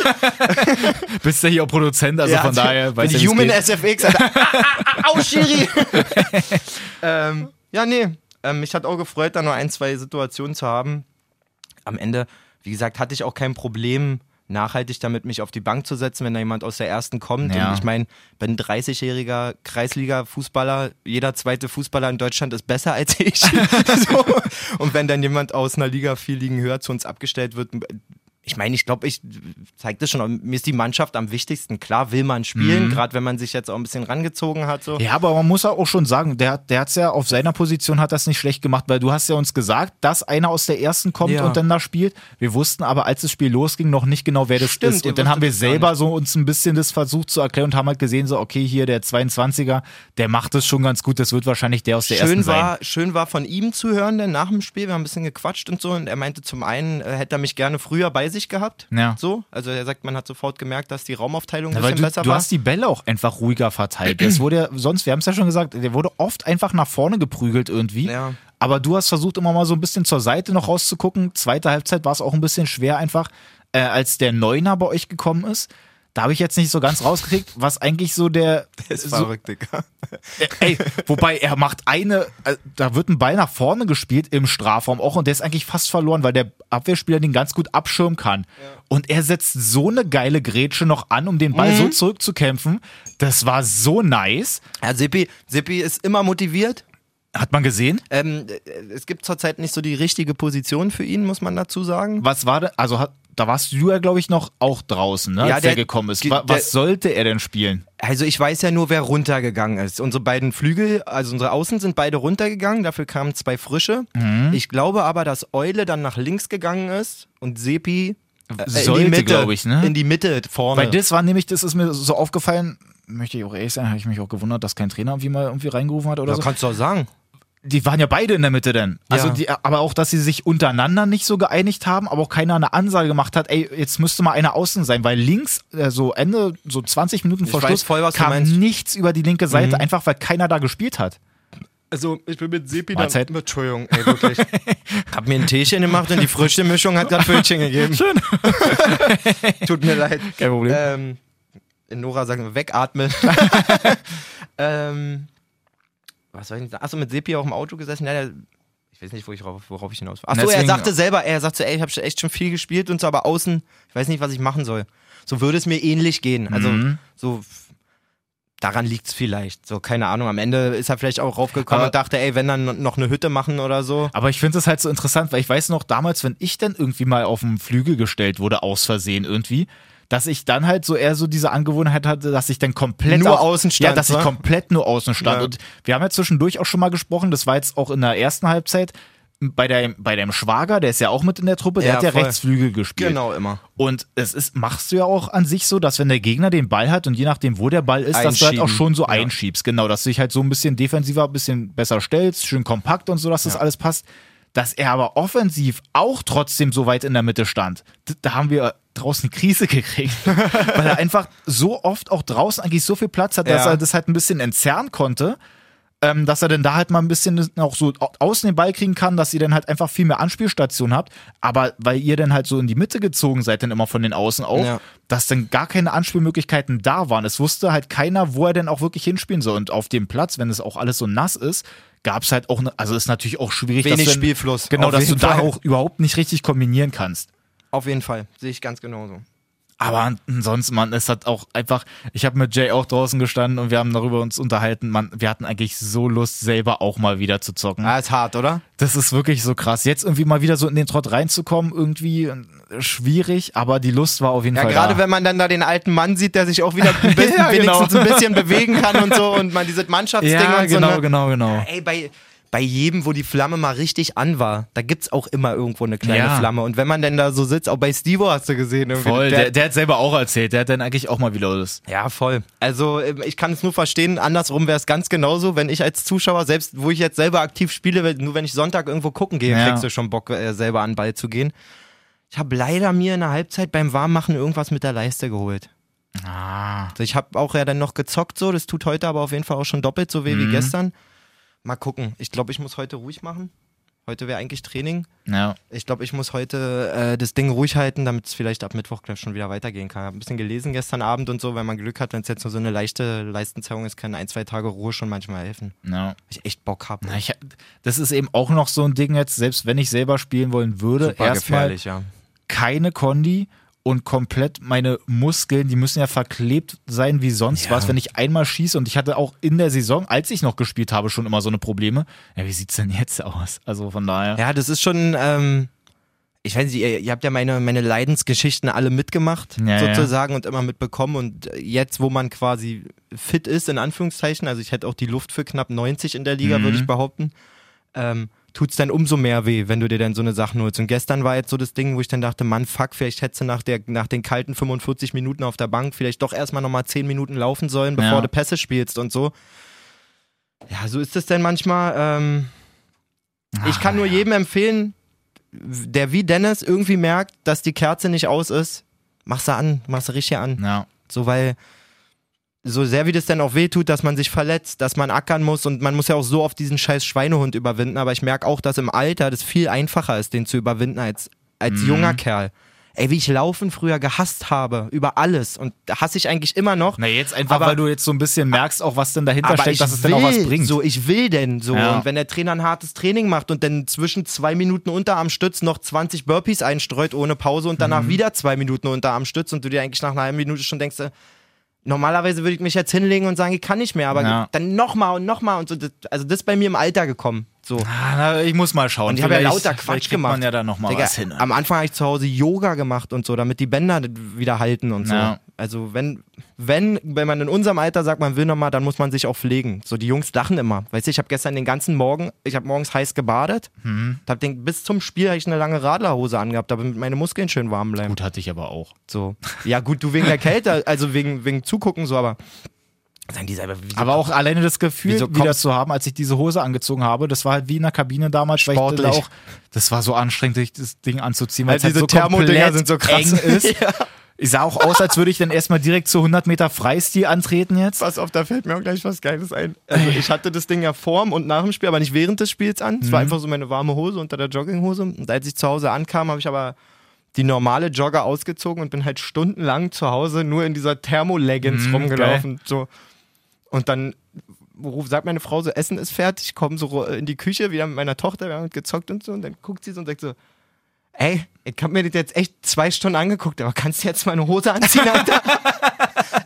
Bist ja hier auch Produzent, also von daher weiß ich
die Human SFX. Alter. Ah, ah, ah, Au,
[laughs]
Schiri! ähm, ja, nee. Ähm, mich hat auch gefreut, da nur ein, zwei Situationen zu haben. Am Ende, wie gesagt, hatte ich auch kein Problem, nachhaltig damit mich auf die Bank zu setzen, wenn da jemand aus der ersten kommt.
Ja.
Und ich meine, bin 30-jähriger Kreisliga-Fußballer. Jeder zweite Fußballer in Deutschland ist besser
[laughs]
als ich. [laughs] so. Und wenn dann jemand aus einer Liga vier Ligen höher zu uns abgestellt wird, ich meine, ich glaube, ich zeigt das schon, aber mir ist die Mannschaft am wichtigsten. Klar will man spielen, gerade wenn man sich jetzt auch ein bisschen rangezogen hat. So.
Mhm. Ja, aber man muss ja auch schon sagen, der, hat- der hat's ja auf seiner Position hat das nicht schlecht gemacht, weil du hast ja uns gesagt, dass einer aus der ersten kommt
Ja.
und dann da spielt. Wir wussten aber, als das Spiel losging, noch nicht genau, wer das
Stimmt,
ist.
ihr
Und dann haben wir
wusstet es gar
selber so uns ein bisschen das versucht zu erklären und haben halt gesehen, so, okay, hier der 22er, der macht das schon ganz gut, das wird wahrscheinlich der aus der
Schön
ersten sein.
war, schön war von ihm zu hören, denn nach dem Spiel, wir haben ein bisschen gequatscht und so, und er meinte, zum einen äh, hätte er mich gerne früher bei sich gehabt.
Ja.
So, also er sagt, man hat sofort gemerkt, dass die Raumaufteilung ein
Ja, Weil
bisschen
du,
besser
du
war.
hast die Bälle auch einfach ruhiger verteilt. Es wurde ja, sonst, wir haben es ja schon gesagt, der wurde oft einfach nach vorne geprügelt irgendwie.
Ja.
Aber du hast versucht, immer mal so ein bisschen zur Seite noch rauszugucken. Zweite Halbzeit war es auch ein bisschen schwer, einfach, äh, als der Neuner bei euch gekommen ist. Da habe ich jetzt nicht so ganz rausgekriegt, was eigentlich so der.
[laughs] Das ist
so,
verrückt, Digga.
ey, wobei er macht eine, äh, da wird ein Ball nach vorne gespielt im Strafraum auch und der ist eigentlich fast verloren, weil der Abwehrspieler den ganz gut abschirmen kann. Und er setzt so eine geile Grätsche noch an, um den Ball
Mhm.
so zurückzukämpfen. Das war so nice.
Ja, Sippi, Sippi ist immer motiviert.
Hat man gesehen?
Ähm, äh, es gibt zurzeit nicht so die richtige Position für ihn, muss man dazu sagen.
Was war denn, also hat, da warst du ja, glaube ich, noch auch draußen, ne, als der,
der-
gekommen ist.
ge-
Wa-
der-
was sollte er denn spielen?
Also ich weiß ja nur, wer runtergegangen ist. Unsere beiden Flügel, also unsere Außen sind beide runtergegangen, dafür kamen zwei frische.
Mhm.
Ich glaube aber, dass Eule dann nach links gegangen ist und Sepi äh, in
Sollte,
die Mitte,
glaub ich, ne?
in die Mitte vorne.
Weil das war nämlich, das ist mir so aufgefallen, möchte ich auch ehrlich sein, habe ich mich auch gewundert, dass kein Trainer irgendwie mal irgendwie reingerufen hat oder
ja,
so.
kannst du auch sagen.
die waren ja beide in der Mitte denn. Also
Ja.
die, aber auch, dass sie sich untereinander nicht so geeinigt haben, aber auch keiner eine Ansage gemacht hat, ey, jetzt müsste mal einer außen sein, weil links, äh, so Ende, so 20 Minuten vor
weiß
Schluss,
voll, was du
kam
meinst. Mhm.
nichts über die linke Seite, einfach weil keiner da gespielt hat.
Also ich bin mit Sepi
dann- Mahlzeit.
Entschuldigung, ey,
[laughs]
wirklich. hab mir ein Teechen gemacht und die frische Mischung hat gerade Pfötchen gegeben. Schön. [laughs] Tut mir leid.
Kein Problem.
Ähm, in Nora sagen wir wegatmen. ähm, was soll ich denn sagen? Achso, mit Sepi auch im Auto gesessen. Ja, der, ich weiß nicht, wo ich, rauf- worauf ich hinaus war. Achso, er
Deswegen-
sagte selber, er sagte, ey, ich habe echt schon viel gespielt und so, aber außen, ich weiß nicht, was ich machen soll. So würde es mir ähnlich gehen. Also,
Mhm.
so. f- Daran liegt es vielleicht. So, keine Ahnung. Am Ende ist er vielleicht auch raufgekommen
Aber-
und dachte, ey, wenn dann noch eine Hütte machen oder so.
Aber ich finde es halt so interessant, weil ich weiß noch damals, wenn ich dann irgendwie mal auf den Flügel gestellt wurde, aus Versehen irgendwie, dass ich dann halt so eher so diese Angewohnheit hatte, dass ich dann komplett
Nur
au-
außen stand,
ja, dass ich
wa?
komplett nur außen stand.
Ja.
Und wir haben ja zwischendurch auch schon mal gesprochen, das war jetzt auch in der ersten Halbzeit bei deinem, bei deinem Schwager, der ist ja auch mit in der Truppe, der
Ja,
hat ja
voll.
Rechtsflügel gespielt.
Genau, immer.
Und es ist, machst du ja auch an sich so, dass wenn der Gegner den Ball hat und je nachdem, wo der Ball ist, dass du halt auch
Einschieben.
schon so einschiebst. Genau, dass du dich halt so ein bisschen defensiver, ein bisschen besser stellst, schön kompakt und so, dass das alles passt. Dass er aber offensiv auch trotzdem so weit in der Mitte stand, d- da haben wir draußen eine Krise [laughs] gekriegt. weil er einfach so oft auch draußen eigentlich so viel Platz hat, dass
Ja.
er das halt ein bisschen entzerren konnte. Ähm, dass er dann da halt mal ein bisschen auch so au- außen den Ball kriegen kann, dass ihr dann halt einfach viel mehr Anspielstationen habt. Aber weil ihr dann halt so in die Mitte gezogen seid, dann immer von den Außen auch,
Ja.
dass dann gar keine Anspielmöglichkeiten da waren. Es wusste halt keiner, wo er denn auch wirklich hinspielen soll. Und auf dem Platz, wenn es auch alles so nass ist, gab es halt auch, ne, also ist natürlich auch schwierig, dass
Wenig
du, dann-
Spielfluss,
Genau,
auf
dass du
jeden
da
Fall.
auch überhaupt nicht richtig kombinieren kannst.
Auf jeden Fall. Sehe ich ganz genauso.
Aber ansonsten, man, es hat auch einfach, ich habe mit Jay auch draußen gestanden und wir haben darüber uns unterhalten, man, wir hatten eigentlich so Lust, selber auch mal wieder zu zocken.
Ah, ist hart, oder?
Das ist wirklich so krass. Jetzt irgendwie mal wieder so in den Trott reinzukommen, irgendwie äh, schwierig, aber die Lust war auf jeden
Ja,
Fall
gerade
da.
wenn man dann da den alten Mann sieht, der sich
[laughs]
auch wieder ein bisschen,
Ja, genau.
wenigstens ein bisschen bewegen kann und so und man dieses Mannschaftsding
ja,
und so.
genau,
ne?
genau, genau.
Ey, bei, bei jedem, wo die Flamme mal richtig an war, da gibt's auch immer irgendwo eine kleine
Ja.
Flamme. Und wenn man denn da so sitzt, auch bei Stevo hast du gesehen. irgendwie,
Voll, der, der hat selber auch erzählt, der hat dann eigentlich auch mal wieder Lust.
ja, voll. Also ähm, ich kann es nur verstehen, andersrum wäre es ganz genauso, wenn ich als Zuschauer, selbst wo ich jetzt selber aktiv spiele, wenn- nur wenn ich Sonntag irgendwo gucken gehe,
Ja.
kriegst du schon Bock, äh, selber an den Ball zu gehen. Ich habe leider mir in der Halbzeit beim Warmmachen irgendwas mit der Leiste geholt.
Ah.
Also ich habe auch ja dann noch gezockt so, das tut heute aber auf jeden Fall auch schon doppelt so
Mhm.
weh wie gestern. Mal gucken. Ich glaube, ich muss heute ruhig machen. Heute wäre eigentlich Training.
Ja.
Ich glaube, ich muss heute äh, das Ding ruhig halten, damit es vielleicht ab Mittwoch gleich schon wieder weitergehen kann. Ich habe ein bisschen gelesen gestern Abend und so, wenn man Glück hat, wenn es jetzt nur so eine leichte Leistenzerrung ist, können ein, zwei Tage Ruhe schon manchmal helfen.
Ja.
Weil Ich echt Bock habe.
Na, ich, das ist eben auch noch so ein Ding jetzt, selbst wenn ich selber spielen wollen
Also
würde, erstmal
ja.
keine Kondi und komplett meine Muskeln, die müssen ja verklebt sein wie sonst
Ja.
was, wenn ich einmal schieße und ich hatte auch in der Saison, als ich noch gespielt habe, schon immer so eine Probleme. Ja, wie sieht's denn jetzt aus? Also von daher.
Ja, das ist schon, ähm, ich weiß nicht, ihr, ihr habt ja meine, meine Leidensgeschichten alle mitgemacht,
Ja, ja.
sozusagen, und immer mitbekommen. Und jetzt, wo man quasi fit ist, in Anführungszeichen, also ich hätte auch die Luft für knapp 90 in der Liga, würde
Mhm.
ich behaupten, ähm, tut es dann umso mehr weh, wenn du dir dann so eine Sache holst. Und gestern war jetzt so das Ding, wo ich dann dachte, Mann, fuck, vielleicht hättest du nach, der, nach den kalten 45 Minuten auf der Bank vielleicht doch erstmal nochmal 10 Minuten laufen sollen, bevor
Ja.
du Pässe spielst und so. Ja, so ist es denn manchmal. Ähm, ich kann nur jedem empfehlen, der wie Dennis irgendwie merkt, dass die Kerze nicht aus ist, mach sie an, mach sie richtig an.
Ja.
So, weil so sehr wie das dann auch wehtut, dass man sich verletzt, dass man ackern muss und man muss ja auch so oft diesen scheiß Schweinehund überwinden, aber ich merke auch, dass im Alter das viel einfacher ist, den zu überwinden als, als junger Kerl. Ey, wie ich Laufen früher gehasst habe, über alles und hasse ich eigentlich immer noch.
Na, jetzt einfach,
Aber-
weil du jetzt so ein bisschen merkst, auch was denn dahinter steckt, dass es
will
denn auch was bringt.
So, ich will denn so.
Ja.
Und wenn der Trainer ein hartes Training macht und dann zwischen zwei Minuten Unterarmstütz noch 20 Burpees einstreut ohne Pause und
Mhm.
danach wieder zwei Minuten Unterarmstütz und du dir eigentlich nach einer halben Minute schon denkst, äh, normalerweise würde ich mich jetzt hinlegen und sagen, ich kann nicht mehr, aber
Ja.
dann nochmal und nochmal und so. Das, also das ist bei mir im Alter gekommen. So.
Ah, na, ich muss mal schauen.
Und ich habe ja
Vielleicht-
lauter
vielleicht
Quatsch
kriegt
gemacht.
man ja dann noch mal
Digga,
was hin. ne?
Am Anfang habe ich zu Hause Yoga gemacht und so, damit die Bänder wieder halten und so.
Ja.
Also wenn, wenn, wenn man in unserem Alter sagt, man will nochmal, dann muss man sich auch pflegen. So, die Jungs lachen immer. Weißt du, ich habe gestern den ganzen Morgen, ich habe morgens heiß gebadet.
Mhm.
Hab den, bis zum Spiel habe ich eine lange Radlerhose angehabt, damit meine Muskeln schön warm bleiben.
Gut hatte ich aber auch.
So. Ja gut, du wegen der Kälte, also wegen, wegen Zugucken so, aber... Sagen die selber, wieso
Aber auch alleine das Gefühl,
Wieso
wieder
kommst-
zu haben, als ich diese Hose angezogen habe, das war halt wie in der Kabine damals. Weil ich
Sportlich.
da auch, das war so anstrengend, sich das Ding anzuziehen, weil
Weil
es halt
diese
so
Thermodinger
komplett
sind so krass.
eng
[laughs]
ist. Ich sah auch aus, als würde ich dann erstmal direkt zu 100 Meter Freistil antreten jetzt.
Pass auf, da fällt mir auch gleich was Geiles ein. Also ich hatte das Ding ja vorm und nach dem Spiel, aber nicht während des Spiels an. Es war einfach so meine warme Hose unter der Jogginghose. Und als ich zu Hause ankam, habe ich aber die normale Jogger ausgezogen und bin halt stundenlang zu Hause nur in dieser Thermo-Leggings rumgelaufen. So. Und dann ruf, sagt meine Frau so, Essen ist fertig, komm so ru- in die Küche wieder mit meiner Tochter, wir haben gezockt und so. Und dann guckt sie so und sagt so, ey, ich habe mir das jetzt echt zwei Stunden angeguckt, aber kannst du jetzt meine Hose anziehen, [laughs] Alter?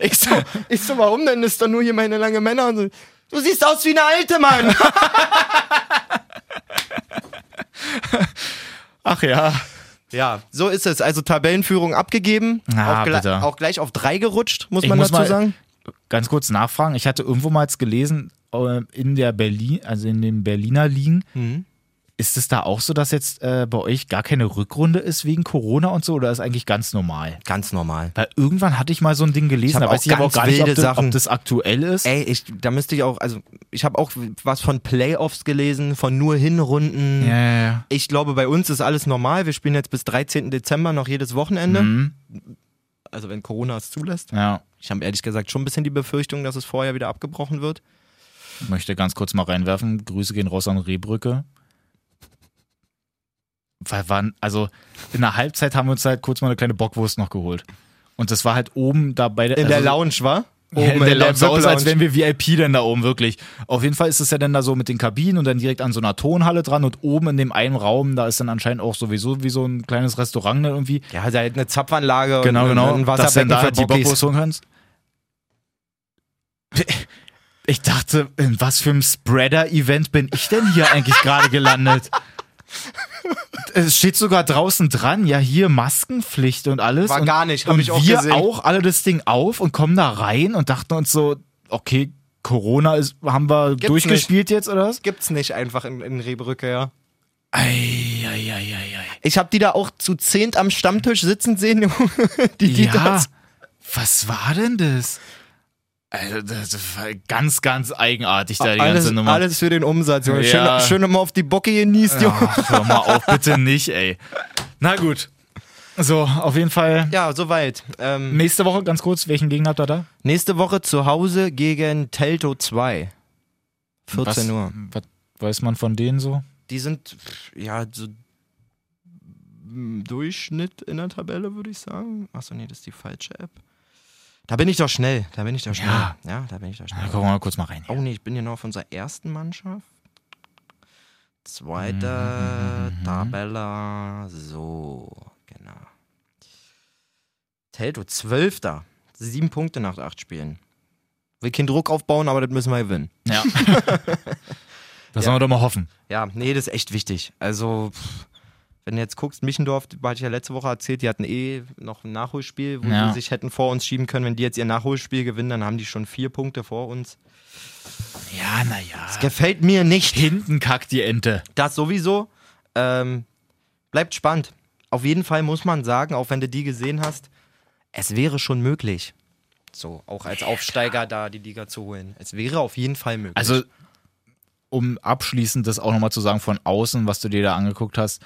ich, so, ich so, warum denn? Das ist doch nur hier meine lange Männer. Und so, du siehst aus wie eine alte, Mann.
Ach ja.
[laughs] Ja, so ist es. Also Tabellenführung abgegeben,
Ah,
auch, gle-
bitte.
auch gleich auf drei gerutscht, muss
Ich
man
muss
dazu
mal-
sagen.
Ganz kurz nachfragen. Ich hatte irgendwo mal jetzt gelesen, äh, in der Berlin, also in den Berliner Ligen,
Mhm.
ist es da auch so, dass jetzt äh, bei euch gar keine Rückrunde ist wegen Corona und so oder ist eigentlich ganz normal?
Ganz normal.
Weil irgendwann hatte ich mal so ein Ding gelesen,
Ich hab
da
auch
weiß ich aber auch
ganz
gar nicht, ob
wilde
das, ob
Sachen.
das aktuell ist.
Ey, ich, da müsste ich auch, also ich habe auch was von Playoffs gelesen, von nur Hinrunden.
Ja, ja, ja.
Ich glaube, bei uns ist alles normal. Wir spielen jetzt bis 13. Dezember noch jedes Wochenende.
Mhm.
Also wenn Corona es zulässt.
Ja,
Ich habe ehrlich gesagt schon ein bisschen die Befürchtung, dass es vorher wieder abgebrochen wird.
möchte ganz kurz mal reinwerfen. Grüße gehen raus an Rehbrücke. Weil waren, also in der Halbzeit haben wir uns halt kurz mal eine kleine Bockwurst noch geholt. Und das war halt oben da bei der.
In
also,
der Lounge, war?
Oh, [laughs] ja,
man,
der
laut
Lounge so aus,
Lounge.
als wären wir VIP denn da oben, wirklich. Auf jeden Fall ist es ja dann da so mit den Kabinen und dann direkt an so einer Tonhalle dran und oben in dem einen Raum, da ist dann anscheinend auch sowieso wie so ein kleines Restaurant dann irgendwie.
Ja, also halt eine Zapfanlage
Genau,
und
genau.
ein
dass dann
Wasserbecken
da
für
die
Bockies.
Bockwurst holen kannst. Ich dachte, in was für einem Spreader-Event bin ich denn hier eigentlich gerade gelandet? Es steht sogar draußen dran, ja, hier Maskenpflicht und alles.
War
und,
gar nicht, hab
und
ich auch
wir
gesehen.
auch alle das Ding auf und kommen da rein und dachten uns so, okay, Corona ist, haben wir durchgespielt jetzt oder was?
Gibt's nicht einfach in, in Rehbrücke, ja.
Eieieiei.
Ich habe die da auch zu zehnt am Stammtisch sitzen sehen, [laughs] Junge. die, die
Ja,
das-
was war denn das? Also, das war ganz, ganz eigenartig da die
Alles,
ganze Nummer.
alles für den Umsatz, Junge.
Ja.
Schön, schön immer auf die Bocke genießt, Junge.
Ach, Oh, hör mal auf, bitte nicht, ey. Na gut. So, auf jeden Fall.
Ja, soweit. Ähm,
Nächste Woche, ganz kurz, welchen Gegner habt ihr da?
nächste Woche zu Hause gegen Telto 2. 14
was,
Uhr.
Was weiß man von denen so?
Die sind, pff, ja, so m, Durchschnitt in der Tabelle, würde ich sagen. Achso, nee, das ist die falsche App. Da bin ich doch schnell. Da bin ich doch schnell.
Ja.
Ja, da bin ich doch
Na,
schnell.
gucken wir mal kurz mal rein.
Oh nee, ich bin ja noch auf unserer ersten Mannschaft. Zweite Tabella. So, genau. Telto, Zwölfter. Sieben Punkte nach acht Spielen. Will keinen Druck aufbauen, aber das müssen wir gewinnen.
Ja. das sollen wir doch mal hoffen.
Ja, nee, das ist echt wichtig. Also, pff, wenn du jetzt guckst, Michendorf, die hatte ich ja letzte Woche erzählt, die hatten eh noch ein Nachholspiel, wo
Ja.
die sich hätten vor uns schieben können. Wenn die jetzt ihr Nachholspiel gewinnen, dann haben die schon vier Punkte vor uns.
Ja, naja.
Gefällt mir nicht.
Hinten kackt die Ente.
Das sowieso. Ähm, bleibt spannend. Auf jeden Fall muss man sagen, auch wenn du die gesehen hast, es wäre schon möglich. So, auch als Aufsteiger da die Liga zu holen. Es wäre auf jeden Fall möglich.
Also, um abschließend das auch nochmal zu sagen, von außen, was du dir da angeguckt hast,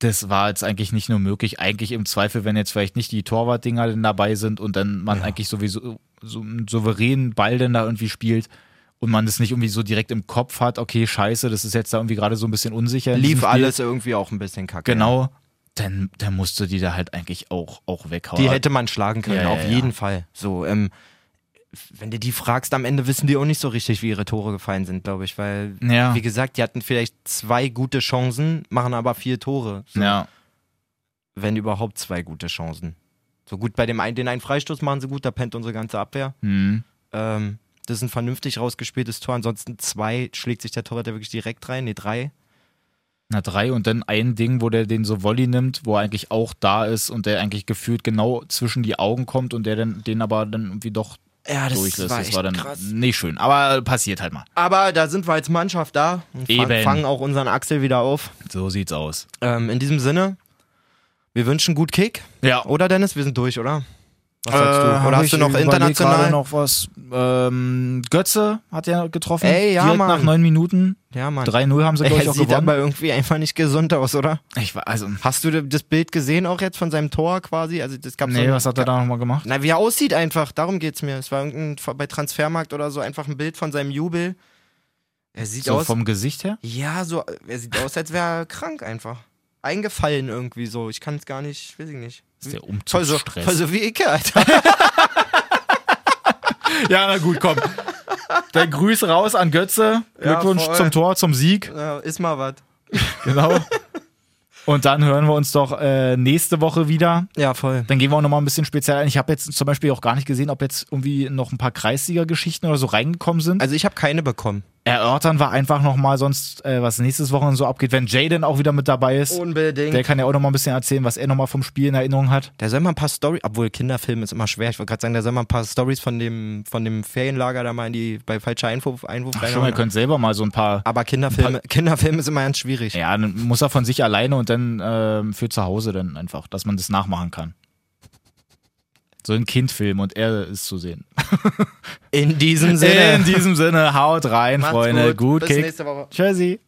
das war jetzt eigentlich nicht nur möglich, eigentlich im Zweifel, wenn jetzt vielleicht nicht die Torwartdinger denn dabei sind und dann man eigentlich sowieso so einen souveränen Ball denn da irgendwie spielt und man das nicht irgendwie so direkt im Kopf hat, okay, scheiße, das ist jetzt da irgendwie gerade so ein bisschen unsicher. in diesem
lief
Spiel.
alles irgendwie auch ein bisschen kacke.
Genau, dann, dann musst du die da halt eigentlich auch, auch weghauen.
Die hätte man schlagen können,
Ja, ja,
auf
ja.
jeden Fall. So, ähm, wenn du die fragst, am Ende wissen die auch nicht so richtig, wie ihre Tore gefallen sind, glaube ich, weil,
Ja.
wie gesagt, die hatten vielleicht zwei gute Chancen, machen aber vier Tore. So,
ja.
Wenn überhaupt zwei gute Chancen. So gut, bei dem einen, den einen Freistoß machen sie gut, da pennt unsere ganze Abwehr.
Hm.
Ähm, das ist ein vernünftig rausgespieltes Tor, ansonsten zwei schlägt sich der Torwart ja wirklich direkt rein, nee, drei.
Na, drei und dann ein Ding, wo der den so Volley nimmt, wo er eigentlich auch da ist und der eigentlich gefühlt genau zwischen die Augen kommt und der dann den aber dann irgendwie doch
Ja,
durchlässt. das war dann nicht schön, aber passiert halt mal.
Aber da sind wir als Mannschaft da und fa-
Eben.
fangen auch unseren Axel wieder auf.
So sieht's aus.
Ähm, in diesem Sinne, wir wünschen gut Kick.
Ja.
Oder Dennis, wir sind durch, oder? Was sagst
Äh,
du? Oder hast du noch international?
international noch was? Ähm, Götze hat ja getroffen.
Ey, ja,
direkt
Mann.
nach neun Minuten.
Ja, Mann.
3-0 haben sie, glaube ich,
[laughs] er
auch
sieht aber
gewonnen.
irgendwie einfach nicht gesund aus, oder?
Ich war, also,
Hast du das Bild gesehen auch jetzt von seinem Tor quasi? Also das gab's so
nee,
ein-
was hat er da nochmal gemacht?
Na, wie er aussieht einfach, darum geht's mir. Es war irgendein, bei Transfermarkt oder so einfach ein Bild von seinem Jubel. Er sieht
So
aus.
vom Gesicht her?
ja, so, er sieht aus, als wäre er krank einfach. Eingefallen irgendwie so. Ich kann es gar nicht, weiß ich nicht.
Ist der um
Voll so,
Umzugsstress.
voll so wie Icke, Alter. [laughs]
Ja, na gut, komm. Dann Grüß raus an Götze.
Ja,
Glückwunsch
voll.
zum Tor, zum Sieg.
Ja, ist mal was.
Genau. Und dann hören wir uns doch äh, nächste Woche wieder.
Ja, voll.
Dann gehen wir auch nochmal ein bisschen speziell ein. Ich habe jetzt zum Beispiel auch gar nicht gesehen, ob jetzt irgendwie noch ein paar Kreissieger-Geschichten oder so reingekommen sind.
Also ich habe keine bekommen.
Erörtern wir einfach nochmal sonst, äh, was nächstes Wochenende so abgeht, wenn Jaden auch wieder mit dabei ist.
Oh, Unbedingt.
Der
Der,
kann ja auch nochmal ein bisschen erzählen, was er nochmal vom Spiel in Erinnerung hat.
soll mal ein paar Story, obwohl Kinderfilm ist immer schwer. Ich wollte gerade sagen, der soll mal ein paar Stories von dem, von dem Ferienlager da mal in die bei falscher Einwurf, Einwurf
Ach, schon, ihr
reinhauen.
könnt selber mal so ein paar.
Aber Kinderfilm, Kinderfilm ist immer ganz schwierig.
Ja, dann muss er von sich alleine und dann ähm, für zu Hause dann einfach, dass man das nachmachen kann. So ein Kindfilm und er ist zu sehen.
In diesem
In
Sinne.
diesem Sinne, haut rein,
Macht's
Freunde. Gut,
Bis
Kick.
nächste Woche.
Tschüssi.